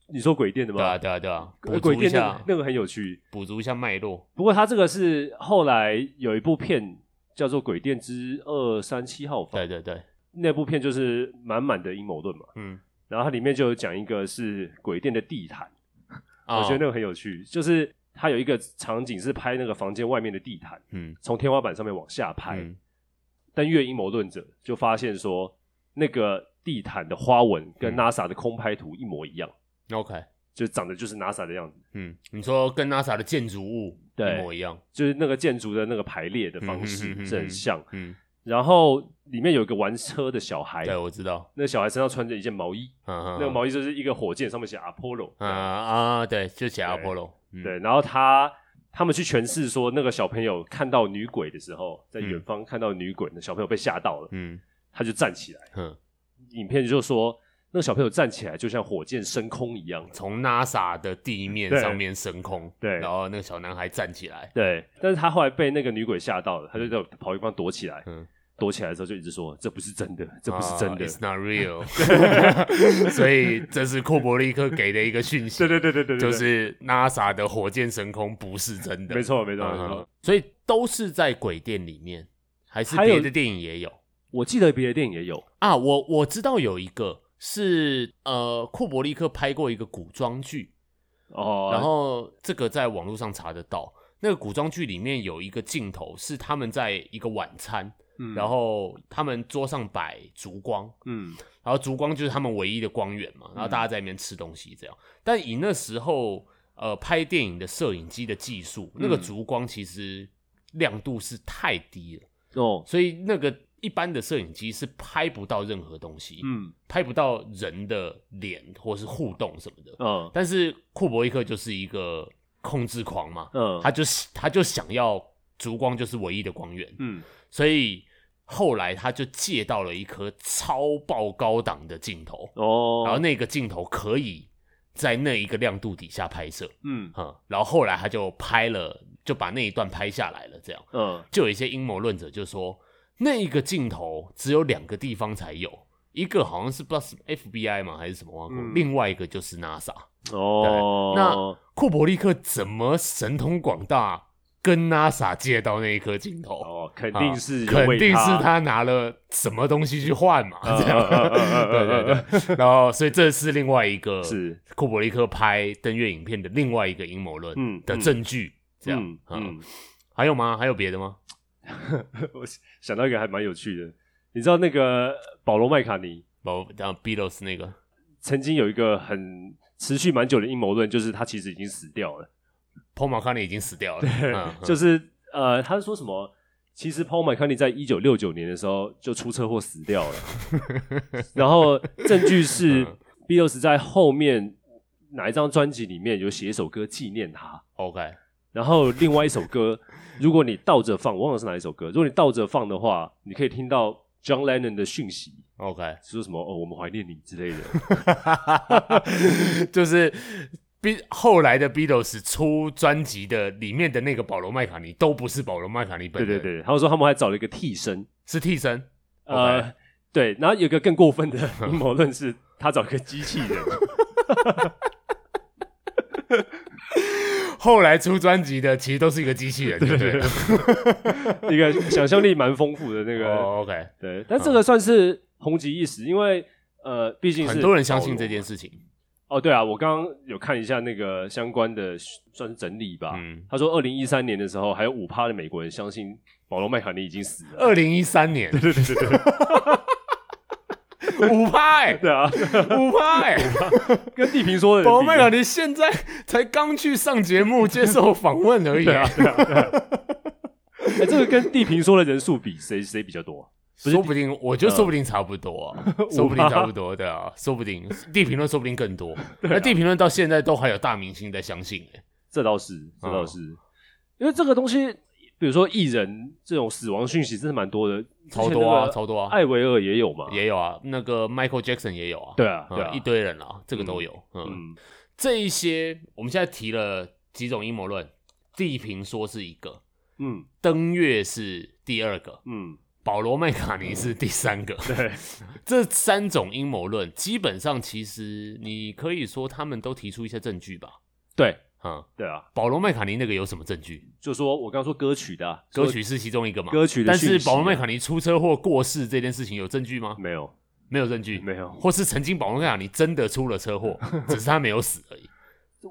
C: 你说鬼店的
B: 对啊，
C: 吗？
B: 对啊，对啊，补
C: 呃
B: 足
C: 鬼
B: 一
C: 店那个
B: 下，
C: 那个很有趣，
B: 补足一下脉络。
C: 不过他这个是后来有一部片叫做《鬼店之二三七号房》
B: 对，对对，
C: 那部片就是满满的阴谋论嘛。
B: 嗯，
C: 然后它里面就有讲一个是鬼店的地毯，
B: 啊
C: 我觉得那个很有趣，就是它有一个场景是拍那个房间外面的地毯，
B: 嗯，
C: 从天花板上面往下拍。
B: 嗯
C: 但越阴谋论者就发现说，那个地毯的花纹跟
B: 嗯
C: NASA 的空拍图一模一样，
B: OK，
C: 就长得就是 NASA 的样子，
B: 嗯，你说跟 NASA 的建筑物
C: 对
B: 一模一样
C: 就是那个建筑的那个排列的方
B: 嗯嗯嗯嗯
C: 式
B: 嗯
C: 是很像。
B: 嗯，
C: 然后里面有一个玩车的小孩，
B: 对，我知道，
C: 那小孩身上穿着一件毛衣，
B: 嗯，
C: 哎那个
B: 毛
C: 毛衣就是一个火箭，上面写 Apollo，、
B: 啊啊，对，就写 Apollo，嗯
C: 对，然后他他们去诠释说，那个小朋友看到女鬼的时候，在远方看到女鬼，那小朋友被吓到了，
B: 嗯
C: 他就站起来，
B: 哼，
C: 影片就说那个小朋友站起来就像火箭升空一样，
B: 从 NASA 的地面
C: 对
B: 上面升空，
C: 对
B: 然后那个小男孩站起来，
C: 对，但是他后来被那个女鬼吓到了，他就在跑一方躲起来，
B: 嗯
C: 躲起来的时候就一直说这不是真的，这不是真的
B: 啊，，It's not
C: [LAUGHS]
B: real。所以这是库伯利克给的一个讯息，
C: 对对对对对，对
B: 就是 NASA 的火箭升空不是真的，
C: 没错没错没
B: 嗯
C: 错
B: 哼。所以都是在鬼店里面，还是
C: 还有
B: 别的电影也有
C: 我记得别的电影也有，
B: 啊？我我知道有一个是呃库伯利克拍过一个古装剧，
C: 哦，
B: 然后这个在网络上查得到。那个古装剧里面有一个镜头是他们在一个晚餐，
C: 嗯
B: 然后他们桌上摆烛光，
C: 嗯
B: 然后烛光就是他们唯一的光源嘛，然后大家在里面吃东西这样。但以那时候呃拍电影的摄影机的技术，那
C: 嗯
B: 个烛光其实亮度是太低了，
C: 哦
B: 所以那个一般的摄影机是拍不到任何东西，
C: 嗯
B: 拍不到人的脸或是互动什么的。
C: 嗯
B: 但是库伯伊克就是一个控制狂嘛，
C: 嗯
B: 他就他就想要烛光就是唯一的光源，
C: 嗯
B: 所以后来他就借到了一颗超爆高档的镜头，然后
C: 哦，
B: 那个镜头可以在那一个亮度底下拍摄，
C: 嗯
B: 嗯，然后后来他就拍了，就把那一段拍下来了，这样。
C: 嗯
B: 就有一些阴谋论者就说，那一个镜头只有两个地方才有，一个好像是不知道是 FBI 嘛还是什么忘了
C: 嗯
B: 另外一个就是 NASA。
C: 哦，
B: 那库伯利克怎么神通广大，跟 NASA 借到那一颗镜头？
C: 哦，肯
B: 啊
C: 定是有
B: 肯
C: 为
B: 定是他拿了什么东西去换嘛，
C: 嗯
B: 这样
C: 嗯嗯嗯嗯嗯嗯
B: 对对
C: [LAUGHS]
B: 对。然后，所以这是另外一个
C: 是
B: 库伯利克拍登月影片的另外一个阴谋论
C: 嗯
B: 的
C: 嗯
B: 证据，这样。
C: 嗯
B: 嗯
C: 嗯，
B: 还有吗？还有别的吗？
C: [LAUGHS] 我想到一个还蛮有趣的，你知道那个保罗麦卡尼
B: 哦，然后 Beatles 那个
C: 曾经有一个很持续蛮久的阴谋论，就是他其实已经死掉了，
B: Paul McCartney 已经死掉了，
C: [LAUGHS]
B: 嗯
C: 就
B: 嗯
C: 是呃，他说什么？其实 Paul McCartney 在一九六九年的时候就出车祸死掉了，然后证据是
B: 嗯
C: Beatles 在后面哪一张专辑里面有写一首歌纪念他，
B: OK，
C: 然后另外一首歌，如果你倒着放，我忘了是哪一首歌。如果你倒着放的话，你可以听到 John Lennon 的讯息，
B: OK，
C: 说什么“哦，我们怀念你”之
B: [LAUGHS]
C: 类的。
B: [LAUGHS] 就是比后来的 Beatles 出专辑的里面的那个保罗麦卡尼都不是保罗麦卡尼本
C: 对
B: 人，
C: 对，对，他们说他们还找了一个替身，
B: 是替身。
C: 呃
B: OK
C: 对。然后有一个更过分的 [LAUGHS] 阴谋论是，他找一个机器人，
B: [LAUGHS] 后来出专辑的其实都是一个机器人，对不对了？
C: 一个想象力蛮丰富的那个。
B: 哦，OK，
C: 对，但这个算是红极一时，因为呃，毕竟是
B: 很多人相信
C: 保
B: 这
C: 罗
B: 件事情。
C: 哦，对啊，我刚刚有看一下那个相关的算是整理吧。
B: 嗯，
C: 他说，二零一三年的时候，还有五趴的美国人相信保罗麦卡尼已经死了。
B: [LAUGHS] 二零一三年
C: 对对对对
B: 五趴哎，
C: [LAUGHS] 对啊，
B: 五趴哎，
C: 跟地平说的人比
B: 保罗麦卡尼啊现在才刚去上节目接受访问而已
C: [LAUGHS] 对
B: 欸
C: 啊，，对啊，对啊哎这个跟地平说的人数比，谁谁比较多？啊
B: 说不定，我觉得说不定差不多啊，[LAUGHS]
C: 嗯
B: 说不定差不多，对啊，说不定地评论说不定更多。
C: 啊
B: 那地评论到现在都还有大明星在相信、欸，
C: 这倒是，这
B: 哦
C: 倒是，因为这个东西，比如说艺人这种死亡讯息，真的蛮多的，
B: 超多啊，
C: 之前那个
B: 超多啊，
C: 艾维尔也有嘛，
B: 也有啊，那个 Michael Jackson 也有啊，
C: 对啊，
B: 嗯
C: 对啊，
B: 一堆人啊，这个都有，嗯，
C: 嗯
B: 这一些我们现在提了几种阴谋论，地平说是一个，
C: 嗯
B: 登月是第二个，
C: 嗯，
B: 保罗麦卡尼是第三个， [LAUGHS]
C: 对，
B: 这三种阴谋论基本上其实你可以说他们都提出一些证据吧，
C: 对
B: 嗯。
C: 对啊，
B: 保罗麦卡尼那个有什么证据？
C: 就说我刚说歌曲的啊
B: 歌曲是其中一个嘛？
C: 歌曲的
B: 但
C: 讯
B: 是
C: 息啊
B: 保罗麦卡尼出车祸过世这件事情有证据吗
C: 说？没有
B: 没有证据，
C: 没有，
B: 或是曾经保罗麦卡尼真的出了车
C: [LAUGHS]
B: 祸，只是他没有死而已。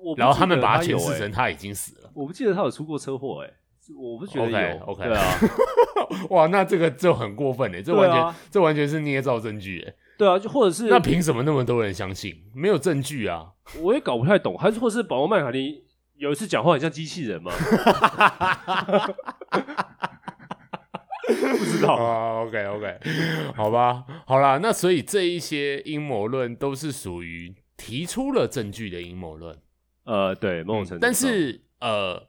C: 我不
B: 然后
C: 记
B: 他们
C: 得
B: 把
C: 他
B: 它
C: 有
B: 诠释
C: 欸
B: 成他已经死了。
C: 我不记得他有出过车祸，哎，我不觉得有
B: OK，OK
C: 对啊，
B: 哇，那这个就很过分哎，这
C: 对
B: 完
C: 啊
B: 全、这完全是捏造证据哎。
C: 对啊，就或者是
B: [LAUGHS] 那凭什么那么多人相信？没有证据啊！
C: 我也搞不太懂，还是或是保罗麦卡尼有一次讲话很像机器人吗？不知道，
B: 啊，OK OK，好吧，好啦，那所以这一些阴谋论都是属于提出了证据的阴谋论。
C: [LAUGHS] 呃，对，某种程度上，
B: 嗯但是呃，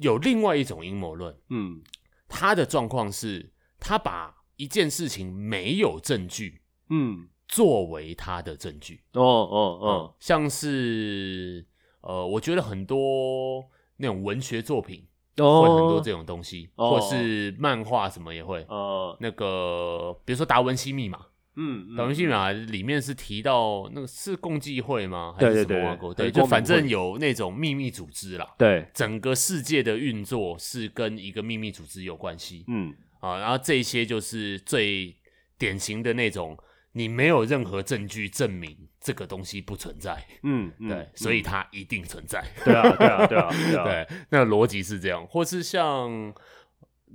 B: 有另外一种阴谋论，
C: 嗯
B: 他的状况是，他把一件事情没有证据
C: 嗯，
B: 作为他的证据，
C: 哦哦
B: 像是呃，我觉得很多那种文学作品
C: 哦，
B: 会
C: 哦，
B: 很多这种东西，
C: 哦
B: 或是漫画什么也会。
C: 呃，
B: 那个，比如说达文西密码
C: 嗯，
B: 《达文西密
C: 嗯
B: 码》啊里面是提到那个是共济会吗？还
C: 对
B: 是
C: 对
B: 什么
C: 对
B: 挂钩
C: 对
B: 对，
C: 光
B: 就
C: 明
B: 反正
C: 会
B: 有那种秘密组织啦。
C: 对，
B: 整个世界的运作是跟一个秘密组织有关系
C: 嗯
B: 啊。然后这些就是最典型的那种，你没有任何证据证明这个东西不存在，
C: 嗯，嗯
B: 对，所以它一定存在。
C: 对啊，对啊，对啊，对啊，
B: [LAUGHS] 对，那逻辑是这样，或是像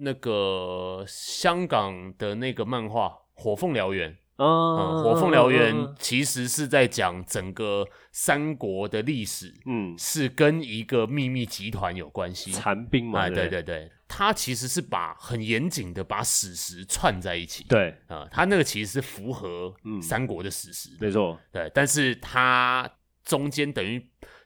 B: 那个香港的那个漫画《火凤燎原》。嗯，
C: 啊
B: 《火凤燎原》其实是在讲整个三国的历史，
C: 嗯，
B: 是跟一个秘密集团有关系。
C: 残兵嘛，
B: 哎，对
C: 对
B: 对对，他其实是把很严谨的把史实串在一起。
C: 对，
B: 啊、他那个其实是符合
C: 嗯
B: 三国的史实的，
C: 没错，
B: 对，但是他中间等于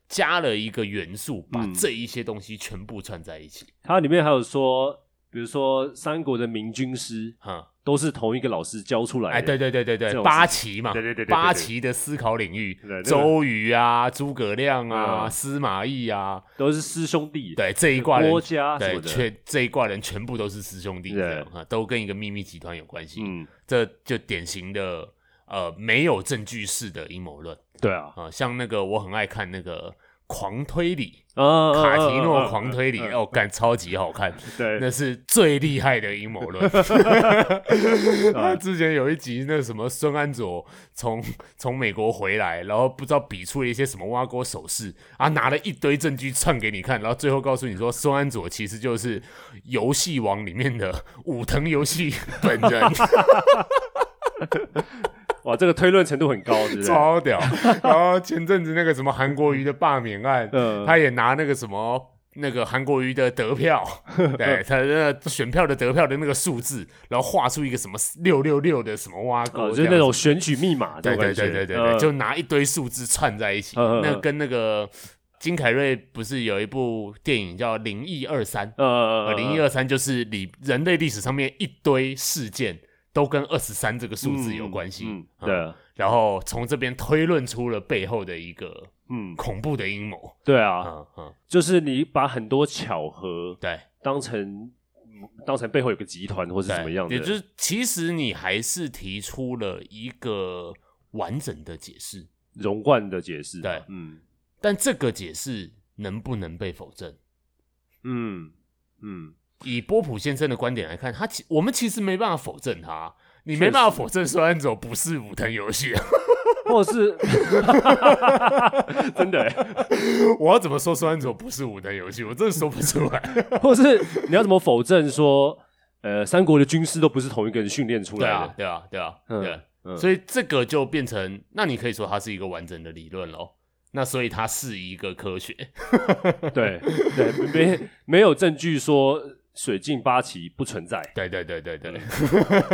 B: 加了一个元素，把
C: 嗯
B: 这一些东西全部串在一起。
C: 它里面还有说，比如说三国的明军师
B: 哈、
C: 都是同一个老师教出来
B: 哎，
C: 的，
B: 对对对对
C: 这
B: 对，
C: 种
B: 八旗嘛，
C: 对对对对对
B: 八旗的思考领域
C: 对那个，
B: 周瑜啊，诸葛亮啊，
C: 嗯
B: 司马懿啊，
C: 都是师兄弟，
B: 对这一挂人
C: 郭嘉什
B: 对，
C: 么的，
B: 全这一挂人全部都是师兄弟
C: 对
B: 这样哈，都跟一个秘密集团有关系。
C: 嗯，
B: 这就典型的呃没有证据式的阴谋论
C: 对啊，
B: 啊，像那个我很爱看那个狂推理，
C: 啊，
B: 卡提诺狂推理，
C: 嗯嗯嗯
B: 哦，干超级好看，那
C: 对，
B: 是最厉害的阴谋论。他之前有一集，那什么孙安佐从从美国回来，然后不知道比出了一些什么挖锅手势啊，拿了一堆证据串给你看，然后最后告诉你说，孙安佐其实就是游戏王里面的武藤游戏本人，
C: 哇，这个推论程度很高，对
B: [LAUGHS]
C: 不对？
B: 超屌。然后前阵子那个什么韩国瑜的罢免案，
C: 嗯
B: 他也拿那个什么。那个韩国瑜的得
C: [LAUGHS]
B: 票，对他的选票的得票的那个数字，然后画出一个什么六六六的什么挖沟、
C: 哦，就是那种选举密码这
B: 对
C: 种
B: 对
C: 感
B: 对对
C: 觉，
B: 对
C: 呃
B: 对，就拿一堆数字串在一起，
C: 嗯嗯嗯
B: 那跟那个金凯瑞不是有一部电影叫《灵异二三》，
C: 呃
B: 呃，零一二三就是里人类历史上面一堆事件都跟二十三这个数字有关系，
C: 嗯
B: 嗯
C: 嗯对，
B: 然后从这边推论出了背后的一个
C: 嗯，
B: 恐怖的阴谋，
C: 对啊，
B: 嗯嗯，
C: 就是你把很多巧合
B: 对，
C: 当成嗯当成背后有个集团或是
B: 对
C: 什么样的，
B: 也就是其实你还是提出了一个完整的解释，
C: 融贯的解释嘛，
B: 对
C: 嗯
B: 但这个解释能不能被否证？
C: 嗯嗯，
B: 以波普先生的观点来看，他其我们其实没办法否证他，你没办法否证孙安佐不是武藤游戏。 [LAUGHS]
C: 或者是 [LAUGHS] 真的欸，
B: 我要怎么说孙安佐不是武藤游戏？我真的说不出
C: [LAUGHS]
B: 来。
C: 或者是你要怎么否证说，呃，三国的军师都不是同一个人训练出
B: 对
C: 来
B: 啊
C: 的，？
B: 对啊，对啊，
C: 嗯
B: 对啊。
C: 嗯
B: 所以这个就变成，那你可以说它是一个完整的理论咯。那所以它是一个科学，
C: 对对，没没有证据说水镜八旗不存在，
B: [LAUGHS] 对对对对对，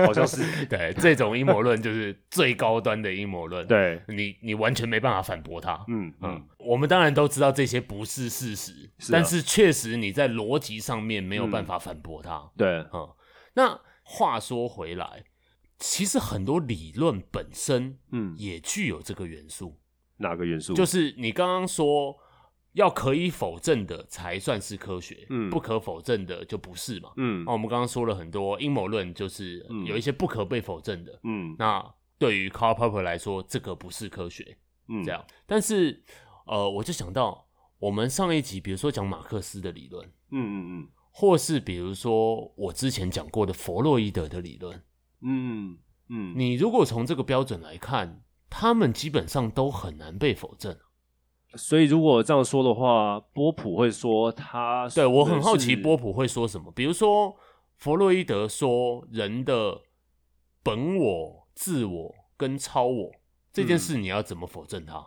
C: 好
B: [LAUGHS]
C: 像是
B: 嗯对这种阴谋论就是最高端的阴谋论，
C: 对，
B: 你你完全没办法反驳它，
C: 嗯嗯
B: 嗯，我们当然都知道这些不是事实，
C: 是啊
B: 但是嗯确实你在逻辑上面没有办法反驳它。
C: 对，
B: 嗯那话说回来，其实很多理论本身
C: 嗯，
B: 也具有这个元素，
C: 哪个元素？
B: 就是是你刚刚说要可以否证的才算是科学，
C: 嗯
B: 不可否证的就不是嘛。
C: 嗯
B: 那、我们刚刚说了很多阴谋论，就是
C: 嗯
B: 有一些不可被否证的。
C: 嗯
B: 那对于 Karl Popper 来说，这个不是科学。
C: 嗯
B: 这样。但是呃，我就想到我们上一集，比如说讲马克思的理论，
C: 嗯嗯
B: 或是比如说我之前讲过的弗洛伊德的理论，
C: 嗯嗯嗯，
B: 你如果从这个标准来看，他们基本上都很难被否证。
C: 所以如果这样说的话，波普会说他
B: 对我很好
C: 是
B: 奇波普会说什么，比如说弗洛伊德说人的本我、自我跟超我这件事，你要怎么否证它？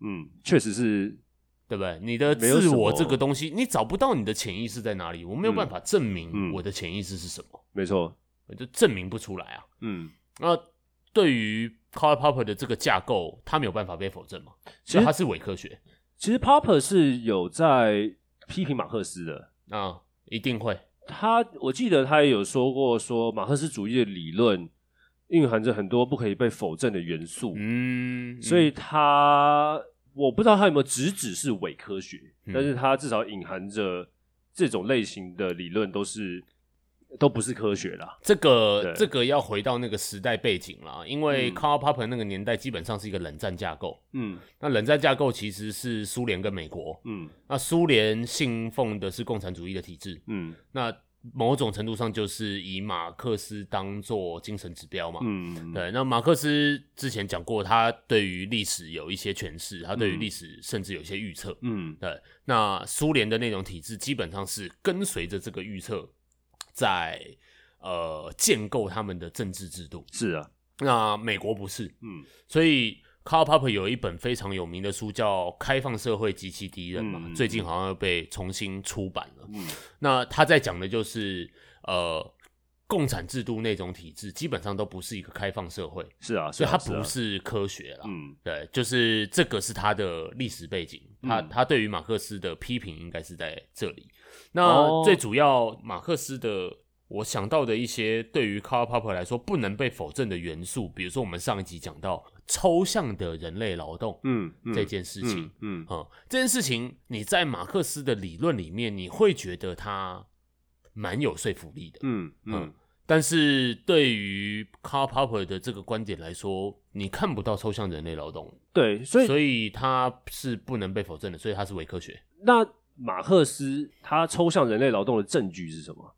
C: 嗯，确实是
B: 对不对？你的
C: 没有
B: 自
C: 什
B: 我
C: 么
B: 这个东西，你找不到你的潜意识在哪里，我没有
C: 嗯
B: 办法证明
C: 嗯
B: 我的潜意识是什么，
C: 没错，
B: 我就证明不出来啊。
C: 嗯，
B: 那对于 Karl Popper 的这个架构，他没有办法被否证嘛，
C: 其
B: 所以
C: 实
B: 它是伪科学
C: 其实 Popper 是有在批评马克思的，
B: 啊，一定会
C: 他我记得他也有说过，说马克思主义的理论蕴含着很多不可以被否证的元素，
B: 嗯，
C: 所以他我不知道他有没有直指是伪科学，
B: 嗯
C: 但是他至少隐含着这种类型的理论都是都不是科学啦。
B: 这个
C: 对
B: 这个要回到那个时代背景啦，因为
C: 嗯
B: Karl Popper 那个年代基本上是一个冷战架构，
C: 嗯
B: 那冷战架构其实是苏联跟美国，
C: 嗯
B: 那苏联信奉的是共产主义的体制，
C: 嗯
B: 那某种程度上就是以马克思当做精神指标嘛。
C: 嗯，
B: 对，那马克思之前讲过，他对于历史有一些诠释，他对于
C: 嗯
B: 历史甚至有一些预测。
C: 嗯
B: 对，那苏联的那种体制基本上是跟随着这个预测在呃建构他们的政治制度。
C: 是啊，
B: 那美国不是，
C: 嗯
B: 所以 Karl Popper 有一本非常有名的书叫《开放社会及其敌人》嘛，
C: 嗯
B: 最近好像又被重新出版了。
C: 嗯
B: 那他在讲的就是呃共产制度那种体制，基本上都不是一个开放社会，
C: 是啊，
B: 所以
C: 啊
B: 它
C: 啊
B: 不是科学啦。
C: 嗯
B: 对，就是这个是他的历史背景，他
C: 嗯
B: 他对于马克思的批评应该是在这里。那
C: 哦
B: 最主要，马克思的我想到的一些对于 Karl Popper 来说不能被否认的元素，比如说我们上一集讲到抽象的人类劳动
C: 嗯嗯
B: 这件事情，
C: 嗯嗯
B: 嗯，这件事情你在马克思的理论里面，你会觉得它蛮有说服力的，
C: 嗯
B: 嗯
C: 嗯，
B: 但是对于 Karl Popper 的这个观点来说，你看不到抽象人类劳动，
C: 对，所以
B: 所以它是不能被否认的，所以它是伪科学。
C: 那马克思他抽象人类劳动的证据是什么？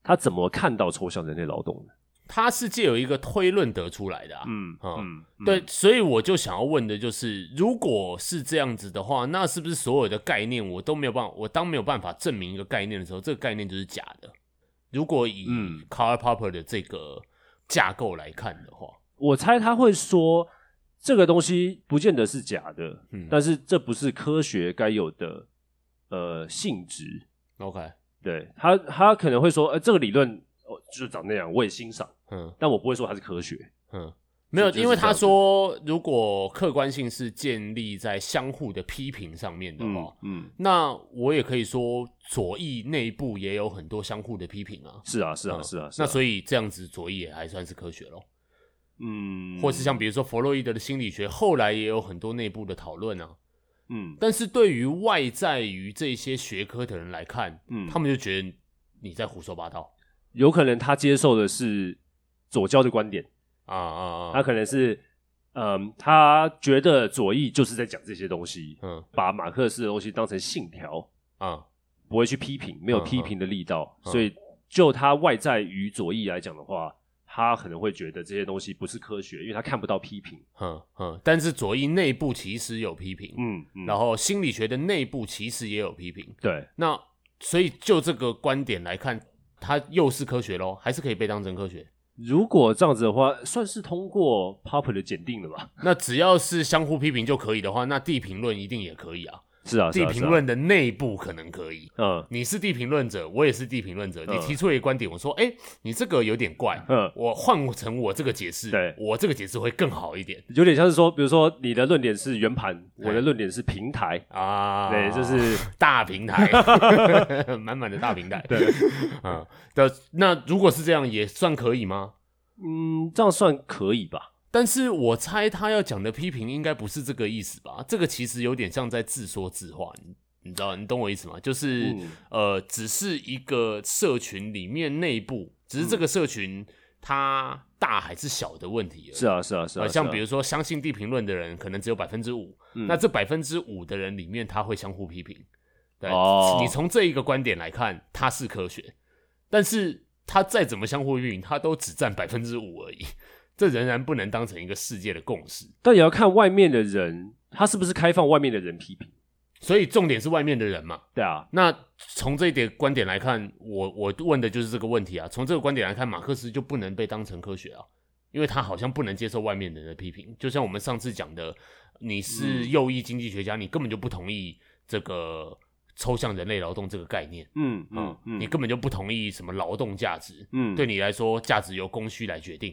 C: 他怎么看到抽象人类劳动的？
B: 它是借由一个推论得出来的、啊，
C: 嗯
B: 哦
C: 嗯，
B: 对，所以我就想要问的就是，如果是这样子的话，那是不是所有的概念我都没有办法？我当没有办法证明一个概念的时候，这个概念就是假的。如果以
C: 嗯
B: Karl Popper 的这个架构来看的话，
C: 我猜他会说这个东西不见得是假的，
B: 嗯
C: 但是这不是科学该有的呃性质。
B: ，OK，
C: 对他，他可能会说，呃，这个理论哦，就是长那样，我也欣赏，
B: 嗯
C: 但我不会说它是科学。
B: 嗯，没有，
C: 就是
B: 因为
C: 这
B: 他
C: 样子
B: 说，如果客观性是建立在相互的批评上面的话，
C: 嗯，
B: 那我也可以说，左翼内部也有很多相互的批评啊。
C: 是啊，是啊，
B: 嗯
C: 是啊，
B: 那所
C: 以，
B: 以这样子，左翼也还算是科学咯。
C: 嗯，
B: 或是像比如说弗洛伊德的心理学，后来也有很多内部的讨论啊。
C: 嗯
B: 但是对于外在于这些学科的人来看，
C: 嗯，
B: 他们就觉得你在胡说八道
C: 有可能他接受的是左交的观点，
B: 啊啊
C: 他
B: 啊！
C: 可能是，嗯，他觉得左翼就是在讲这些东西，
B: 嗯
C: 把马克思的东西当成信条，
B: 啊，
C: 不会去批评，没有
B: 嗯
C: 批评的力道，
B: 嗯
C: 所以就他外在于左翼来讲的话，他可能会觉得这些东西不是科学，因为他看不到批评。
B: 嗯嗯。但是左翼内部其实有批评，
C: 嗯，嗯
B: 然后心理学的内部其实也有批评。
C: 对，
B: 那所以就这个观点来看，它又是科学咯，还是可以被当成科学？
C: 如果这样子的话，算是通过 Popper 的检定了吧？
B: 那只要是相互批评就可以的话，那地评论一定也可以啊。
C: 是啊，是
B: 地
C: 啊
B: 评，论的内部可能可以。
C: 是啊
B: 你是地评论者，我也是地评论者。
C: 嗯
B: 你提出了一个观点，我说，哎、你这个有点怪，
C: 嗯嗯，
B: 我换成我这个解释，
C: 对
B: 我这个解释会更好一点
C: 有点像是说，比如说你的论点是圆盘，
B: 对
C: 我的论点是平台，
B: 哎啊。
C: 对，就是
B: 大平
C: [LAUGHS]
B: 台，满满的大平台。
C: 对，
B: 嗯，的那如果是这样，也算可以吗？
C: 嗯，这样算可以吧？
B: 但是我猜他要讲的批评应该不是这个意思吧？这个其实有点像在自说自话，你你知道，你懂我意思吗？就是、
C: 嗯
B: 呃，只是一个社群里面内部，只是
C: 嗯
B: 这个社群它大还是小的问题而已。
C: 是啊，是啊，是啊，
B: 呃，
C: 是啊
B: 像比如说相信地评论的人，可能只有百分之五，
C: 嗯
B: 那这百分之五的人里面，他会相互批评。对，
C: 哦
B: 你从这一个观点来看，它是科学，但是它再怎么相互批评，它都只占百分之五而已， [LAUGHS] 这仍然不能当成一个世界的共识。
C: 但也要看外面的人，他是不是开放外面的人批评。
B: 所以重点是外面的人嘛。
C: 对啊，
B: 那从这一点观点来看，我我问的就是这个问题啊。从这个观点来看，马克思就不能被当成科学啊，因为他好像不能接受外面人的批评。就像我们上次讲的，你是
C: 嗯
B: 右翼经济学家，你根本就不同意这个抽象人类劳动这个概念，
C: 嗯
B: 嗯
C: 嗯嗯，
B: 你根本就不同意什么劳动价值，
C: 嗯
B: 对，你来说，价值由供需来决定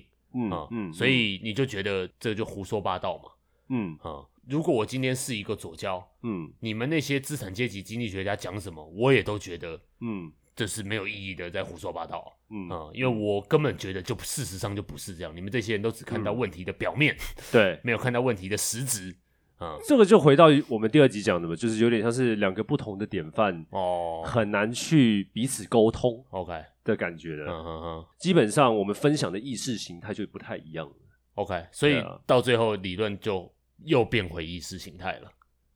B: 啊
C: 嗯，嗯，
B: 所以你就觉得这就胡说八道嘛，
C: 嗯
B: 啊、如果我今天是一个左交，
C: 嗯
B: 你们那些资产阶级经济学家讲什么，我也都觉得
C: 嗯
B: 这是没有意义的，在胡说八道
C: 嗯
B: 啊、嗯因为我根本觉得就事实上就不是这样，你们这些人都只看
C: 嗯
B: 到问题的表面，
C: 对，
B: 没有看到问题的实质。嗯，
C: 这个就回到我们第二集讲的嘛，就是有点像是两个不同的典范，
B: 哦
C: 很难去彼此沟通
B: [LAUGHS] ，OK，
C: 的感觉
B: 嗯
C: 了。
B: 哼哼
C: 基本上我们分享的意识形态就不太一样了。
B: ，OK，所以
C: 对啊
B: 到最后理论就又变回意识形态了。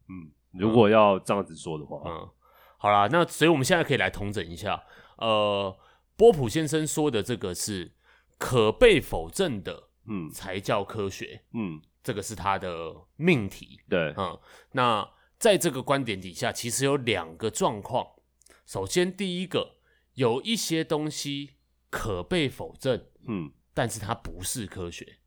C: 嗯，如果要这样子说的话，
B: 嗯，好啦，那所以我们现在可以来统整一下，呃，波普先生说的这个是可被否证的
C: 嗯
B: 才叫科学，
C: 嗯，
B: 这个是他的命题。
C: 对，
B: 嗯，那在这个观点底下，其实有两个状况。首先，第一个，有一些东西可被否认，
C: 嗯
B: 但是它不是科学，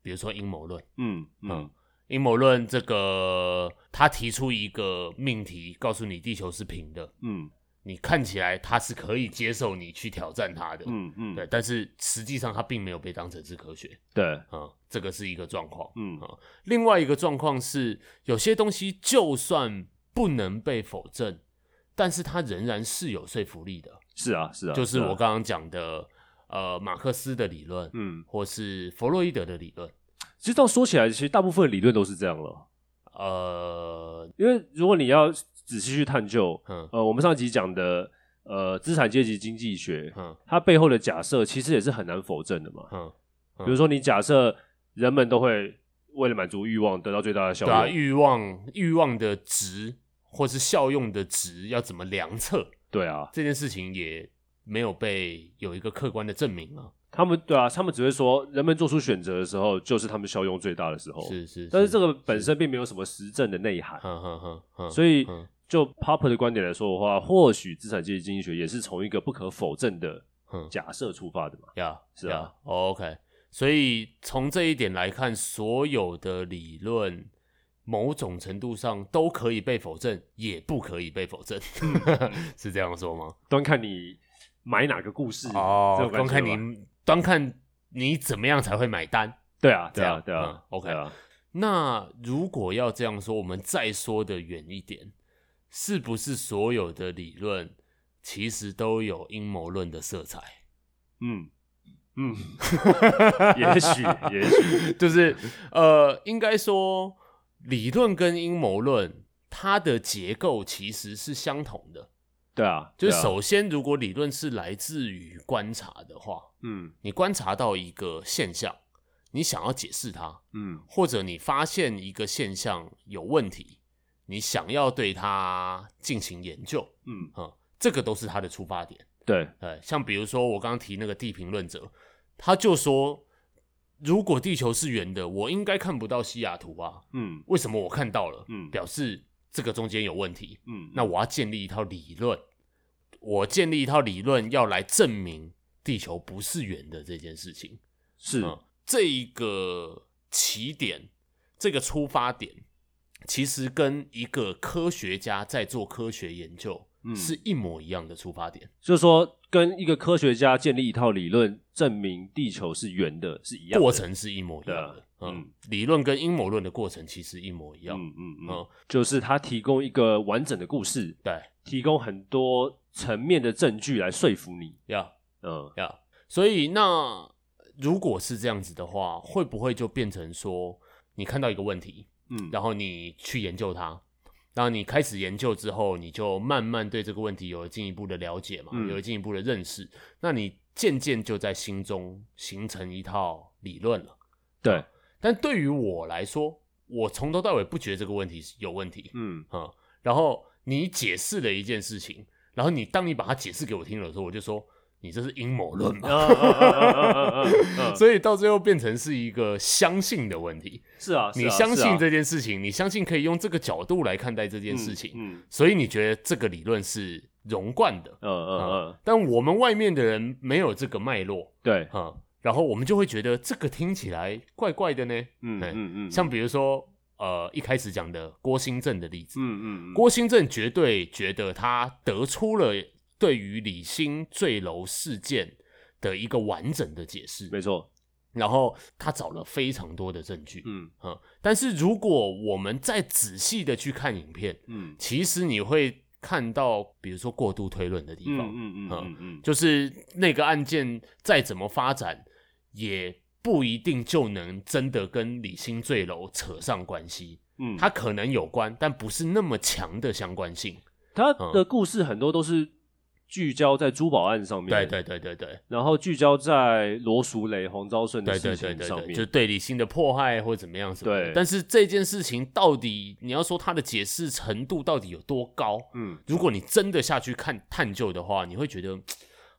B: 比如说阴谋论。
C: 嗯
B: 嗯
C: 嗯
B: 阴谋论这个，他提出一个命题，告诉你地球是平的，
C: 嗯
B: 你看起来他是可以接受你去挑战他的，
C: 嗯嗯，
B: 对，但是实际上他并没有被当成是科学，
C: 对，
B: 嗯，这个是一个状况。
C: 嗯
B: 啊另外一个状况是，有些东西就算不能被否证，但是它仍然是有说服力的，
C: 是啊是啊，
B: 就是
C: 啊
B: 我刚刚讲的，呃，马克思的理论，
C: 嗯，
B: 或是弗洛伊德的理论，
C: 其实这样说起来，其实大部分理论都是这样了。
B: 呃，
C: 因为如果你要仔细去探究，
B: 嗯
C: 呃，我们上集讲的呃资产阶级经济学，
B: 嗯
C: 它背后的假设其实也是很难否证的嘛。
B: 嗯，
C: 比如说，你假设人们都会为了满足欲望得到最大的效
B: 对啊，
C: 用，
B: 欲望欲望的值或是效用的值要怎么量测，
C: 对啊，
B: 这件事情也没有被有一个客观的证明啊，
C: 他们对啊，他们只会说人们做出选择的时候，就是他们效用最大的时候。
B: 是是，
C: 哦但是这个本身并没有什么实证的内涵，
B: 哼，哼哼哼，
C: 所以
B: 嗯
C: 就 Popper 的观点来说的话，或许资产阶级经济学也是从一个不可否证的
B: 嗯
C: 假设出发的嘛。
B: 呀，
C: 是啊
B: o k 所以从这一点来看，所有的理论某种程度上都可以被否证，也不可以被否证，
C: 嗯
B: [LAUGHS] 是这样说吗？
C: 端看你买哪个故事这
B: 哦，
C: 种感
B: 光
C: 觉吧
B: 看 [LAUGHS] 你，光看你怎么样才会买单。
C: 对啊，
B: 这
C: 对啊，
B: 样
C: 对啊
B: 嗯，OK
C: 对啊，
B: 那如果要这样说，我们再说的远一点，是不是所有的理论其实都有阴谋论的色彩？
C: 嗯嗯，
B: [LAUGHS]
C: 也许也许，
B: 就是呃，应该说理论跟阴谋论它的结构其实是相同的。
C: [LAUGHS] 对啊，
B: 就是
C: 对啊，
B: 首先，如果理论是来自于观察的话，
C: 嗯
B: 你观察到一个现象，你想要解释它，
C: 嗯
B: 或者你发现一个现象有问题，你想要对它进行研究，
C: 嗯，
B: 嗯，这个都是它的出发点。
C: 对，
B: 对，呃像比如说我刚刚提那个地评论者，他就说，如果地球是圆的，我应该看不到西雅图啊，
C: 嗯
B: 为什么我看到了？
C: 嗯
B: 表示这个中间有问题。
C: 嗯，
B: 那我要建立一套理论，我建立一套理论要来证明地球不是圆的这件事情。
C: 是
B: 嗯，这一个起点，这个出发点，其实跟一个科学家在做科学研究、
C: 嗯
B: 是一模一样的出发点。
C: 就是说跟一个科学家建立一套理论，证明地球是圆的，是一样的
B: 过，程是一模一样
C: 对
B: 的
C: 啊，嗯
B: 嗯，理论跟阴谋论的过程其实一模一样，
C: 嗯嗯嗯
B: 嗯，
C: 就是他提供一个完整的故事，
B: 对
C: 提供很多层面的证据来说服你，
B: 呀
C: 嗯
B: 呀，所以那如果是这样子的话，会不会就变成说，你看到一个问题，
C: 嗯，
B: 然后你去研究它，然后你开始研究之后，你就慢慢对这个问题有了进一步的了解嘛，
C: 嗯
B: 有了进一步的认识，那你渐渐就在心中形成一套理论了。
C: 对，
B: 但对于我来说，我从头到尾不觉得这个问题是有问题，
C: 嗯
B: 嗯，然后你解释了一件事情，然后你当你把它解释给我听了的时候，我就说你这是阴谋论
C: [LAUGHS]
B: 嘛。
C: 啊啊啊啊啊啊啊
B: [LAUGHS] 所以到最后变成是一个相信的问题，
C: 是啊，是啊
B: 你相
C: 是啊
B: 信这件事情，你相信可以用这个角度来看待这件事情，
C: 嗯
B: 所以你觉得这个理论是融贯的。
C: 嗯嗯嗯，
B: 但我们外面的人没有这个脉络，
C: 对，
B: 嗯，然后我们就会觉得这个听起来怪怪的呢。
C: 嗯
B: 哎
C: 嗯嗯，
B: 像比如说，呃，一开始讲的郭兴正的例子，
C: 嗯嗯嗯
B: 郭兴正绝对觉得他得出了呃对于李兴坠楼事件的一个完整的解释，
C: 没错，
B: 然后他找了非常多的证据，
C: 嗯
B: 嗯，但是如果我们再仔细的去看影片，
C: 嗯
B: 其实你会看到，比如说过度推论的地
C: 嗯
B: 方，
C: 嗯嗯嗯嗯，
B: 就是那个案件再怎么发展，也不一定就能真的跟李兴坠楼扯上关系，
C: 嗯
B: 它可能有关，但不是那么强的相关性。
C: 他
B: 嗯
C: 的故事很多都是聚焦在珠宝案上面，
B: 对对，对对对
C: 然后聚焦在罗淑蕾、黄昭顺的
B: 对
C: 事
B: 对对
C: 情
B: 对
C: 上
B: 对，就
C: 面，
B: 对理性的迫害或怎么样什么的
C: 对
B: 但是这件事情到底你要说它的解释程度到底有多高？
C: 嗯
B: 如果你真的下去看探究的话，你会觉得嘖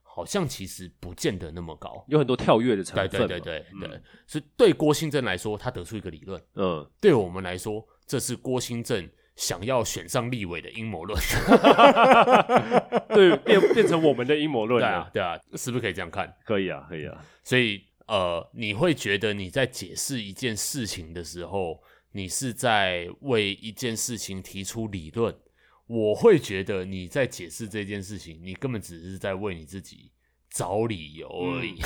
B: 好像其实不见得那么高。
C: 有很多跳跃的成
B: 对
C: 分，
B: 对对，对
C: 嗯
B: 对，所以对郭兴正来说，他得出一个理论；
C: 嗯，
B: 对我们来说，这是郭兴正想要选上立委的阴谋论。 [LAUGHS]
C: 啊对，变变成我们的阴谋论
B: 对啊
C: 了，，
B: 对啊，是不是可以这样看？
C: 可以啊，可以啊，
B: 所以呃，你会觉得你在解释一件事情的时候，你是在为一件事情提出理论，我会觉得你在解释这件事情，你根本只是在为你自己找理由而已。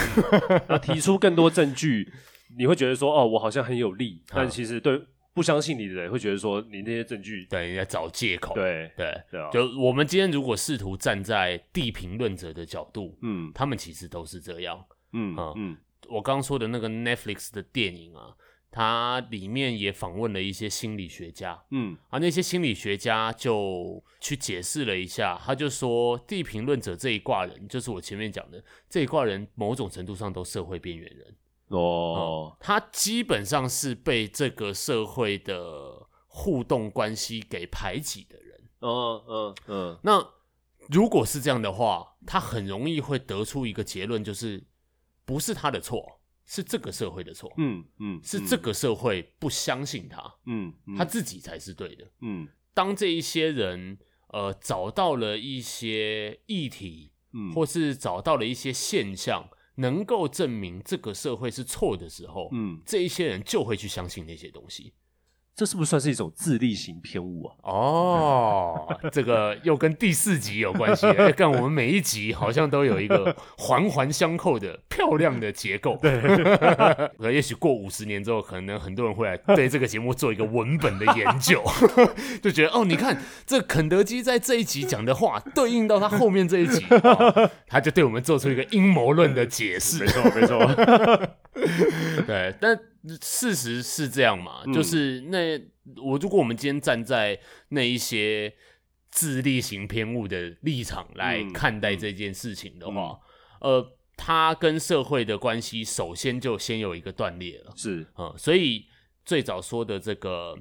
C: 那提出更多证据，你会觉得说哦，我好像很有力，
B: 啊
C: 但其实对不相信你的人会觉得说你那些证据，
B: [LAUGHS] 对，你在找借口。
C: 对
B: 对，
C: 对啊，
B: 就我们今天如果试图站在地评论者的角度，
C: 嗯
B: 他们其实都是这样。
C: 嗯
B: 啊
C: 嗯
B: 我刚说的那个 Netflix 的电影啊，它里面也访问了一些心理学家，
C: 嗯
B: 啊，那些心理学家就去解释了一下，他就说地评论者这一挂人，就是我前面讲的这一挂人，某种程度上都社会边缘人，
C: 哦，
B: 他基本上是被这个社会的互动关系给排挤的人。
C: 嗯嗯嗯，
B: 那如果是这样的话，他很容易会得出一个结论，就是不是他的错，是这个社会的错，
C: 嗯嗯，
B: 是这个社会不相信他，
C: 嗯，嗯
B: 他自己才是对的。
C: 嗯
B: 当这一些人呃找到了一些议题，
C: 嗯
B: 或是找到了一些现象，能够证明这个社会是错的时候，
C: 嗯，
B: 这一些人就会去相信那些东西。
C: 这是不是算是一种自立型偏误啊？
B: [LAUGHS] 哦，这个又跟第四集有关系了。看我们每一集好像都有一个环环相扣的漂亮的结构。 [LAUGHS] 对，可也许过五十年之后，可能很多人会来对这个节目做一个文本的研究， [LAUGHS] 就觉得哦，你看这肯德基在这一集讲的话，对应到他后面这一集，哦他就对我们做出一个阴谋论的解释。
C: 错没错，
B: [LAUGHS] 对，但事实是这样嘛，
C: 嗯
B: 就是那我如果我们今天站在那一些自立型偏误的立场来
C: 嗯
B: 看待这件事情的话，呃，它跟社会的关系首先就先有一个断裂了，
C: [LAUGHS] 是
B: 呃，所以最早说的这个。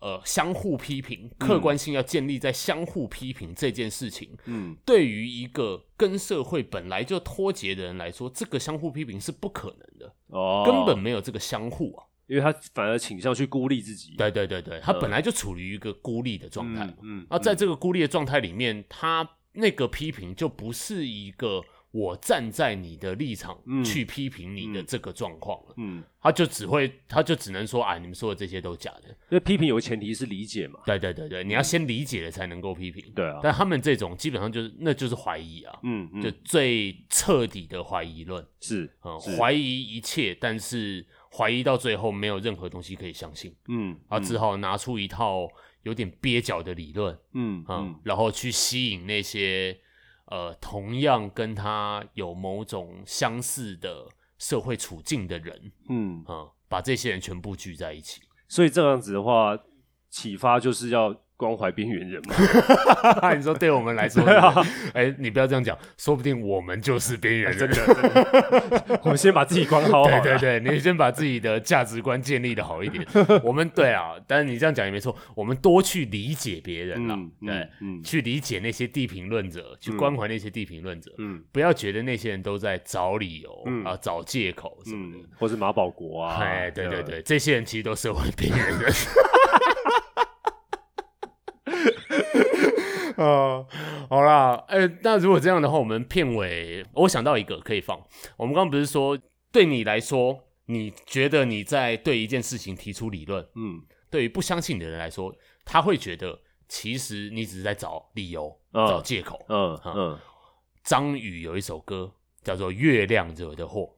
B: 呃，相互批评，客观性要建立在相互批评这件事情，
C: 嗯
B: 对于一个跟社会本来就脱节的人来说，这个相互批评是不可能的。
C: 哦，
B: 根本没有这个相互啊。嗯
C: 因为他反而倾向去孤立自己，
B: 对对对对，他本来就处于一个孤立的状态嘛。
C: 嗯，
B: 那在这个孤立的状态里面，他那个批评就不是一个我站在你的立场
C: 嗯
B: 去批评你的这个状况了，
C: 嗯，
B: 他就只会，他就只能说啊，你们说的这些都假的。
C: 因为批评有个前提是理解嘛，嗯
B: 对对对对，你要先理解了才能够批评。
C: 对啊，
B: 但他们这种基本上就是那就是怀疑啊，
C: 嗯嗯
B: 就最彻底的怀疑论，
C: 是
B: 嗯，
C: 是
B: 怀疑一切，但是怀疑到最后没有任何东西可以相信。
C: 嗯
B: 啊，只好拿出一套有点蹩脚的理论
C: 嗯
B: 啊，
C: 嗯
B: 然后去吸引那些呃同样跟他有某种相似的社会处境的人
C: 嗯，
B: 啊，把这些人全部聚在一起。
C: 所以这样子的话，启发就是要关怀边缘
B: [LAUGHS]
C: 人嘛，
B: 你说对我们来说，
C: [LAUGHS]
B: 哎、你不要这样讲，说不定我们就是边缘 [LAUGHS] 人。
C: 的，啊哦真的我们先把自己关好好啦，
B: 对对对，你先把自己的价值
C: [LAUGHS]
B: 观建立的好一点。我们对啊，但是你这样讲也没错，我们多去理解别人啦，
C: 嗯嗯
B: 对，
C: 嗯
B: 去理解那些地评论者，去关怀那些地评论者，
C: 嗯
B: 不要觉得那些人都在找理由、
C: 嗯
B: 啊、找借口什么的。
C: 嗯，或是马保国啊，
B: 哎，对对对，这些人其实都是社会边缘 [LAUGHS] 人。啊，好啦，哎、那如果这样的话，我们片尾我想到一个可以放。我们刚刚不是说，对你来说，你觉得你在对一件事情提出理论，
C: 嗯
B: 对于不相信的人来说，他会觉得其实你只是在找理由、
C: 嗯
B: 找借口。
C: 嗯嗯，
B: 张宇有一首歌叫做《月亮惹的祸》，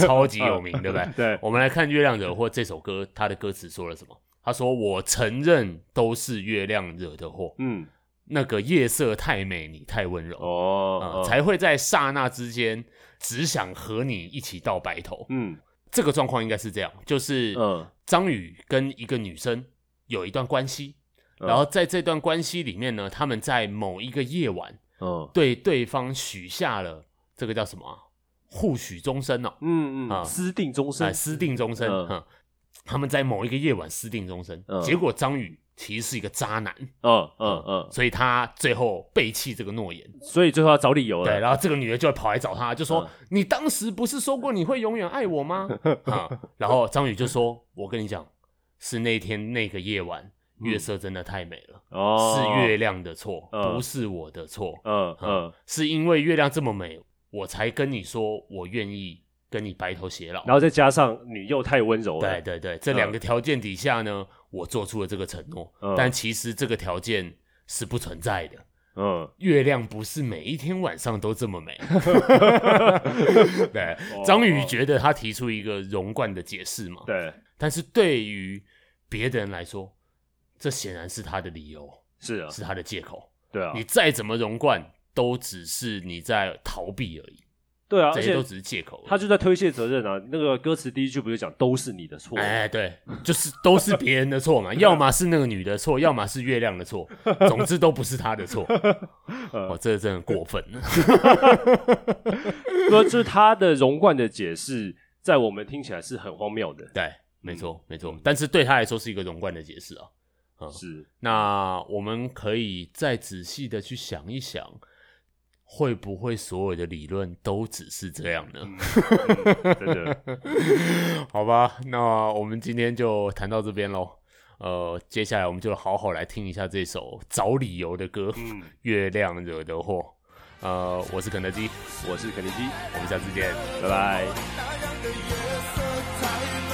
C: [LAUGHS]
B: 超级有名，对不对？
C: 对
B: 我们来看《月亮惹的祸》这首歌，它的歌词说了什么？他说：“我承认都是月亮惹的祸，
C: 嗯
B: 那个夜色太美，你太温柔，
C: 哦
B: 呃，才会在刹那之间只想和你一起到白头。
C: 嗯
B: 这个状况应该是这样，就是
C: 嗯
B: 张宇跟一个女生有一段关系，
C: 嗯
B: 然后在这段关系里面呢，他们在某一个夜晚
C: 嗯
B: 对对方许下了这个叫什么啊、互许终身哦，
C: 嗯嗯，私定终
B: 哎，
C: 身，
B: 私定终身。
C: 嗯
B: 嗯，他们在某一个夜晚私定终身，
C: 嗯
B: 结果张宇其实是一个渣男，
C: 嗯嗯嗯，
B: 所以他最后背弃这个诺言。
C: 所以最后要找理由
B: 对，
C: 了，哦
B: 然后这个女的就会跑来找他，就说：“
C: 嗯
B: 你当时不是说过你会永远爱我
C: [LAUGHS]
B: 吗？”啊，然后张宇就说：“我跟你讲，是那天那个夜晚，月色真的太美了，
C: 嗯哦，
B: 是月，亮的错，
C: 嗯
B: 不是我的错。”
C: 嗯嗯，
B: 是因为月亮这么美，我才跟你说我愿意跟你白头偕老。
C: 然后再加上你又太温柔了，嗯
B: 对对对，这两个条件底下呢，我做出了这个承诺，
C: 嗯
B: 但其实这个条件是不存在的。
C: 嗯，
B: 月亮不是每一天晚上都这么
C: [LAUGHS]
B: 美。对，张宇觉得他提出一个融贯的解释嘛，
C: 哦对，
B: 但是对于别的人来说，这显然是他的理由，
C: 是啊，
B: 是他的借口。
C: 对啊
B: 你，再怎么融贯，都只是你在逃避而已，
C: 对啊，
B: 这
C: 而
B: 些
C: 且
B: 都只是借口而已。
C: 他就在推卸责任啊。那个歌词第一句不就讲都是你的错？
B: 哎，对，就是都是别人的
C: [LAUGHS]
B: 错嘛，要么是那个女的错，要么是月亮的错，总之都不是他的
C: [LAUGHS]
B: 错。哦，这真的过分了。 [LAUGHS]
C: 说就是他的融贯的解释，在我们听起来是很荒谬的。
B: 对，没错，没错。但是对他来说是一个融贯的解释啊。
C: 是，
B: 那我们可以再仔细的去想一想，会不会所有的理论都只是这样呢？
C: 真的，
B: [LAUGHS] 好吧，那我们今天就谈到这边喽。呃，接下来我们就好好来听一下这首找理由的歌，
C: 嗯
B: 月亮惹的祸》。呃，我是肯德基，
C: 我是肯尼基，
B: 我们下次见。
C: 拜拜。
D: 那样的夜色才美。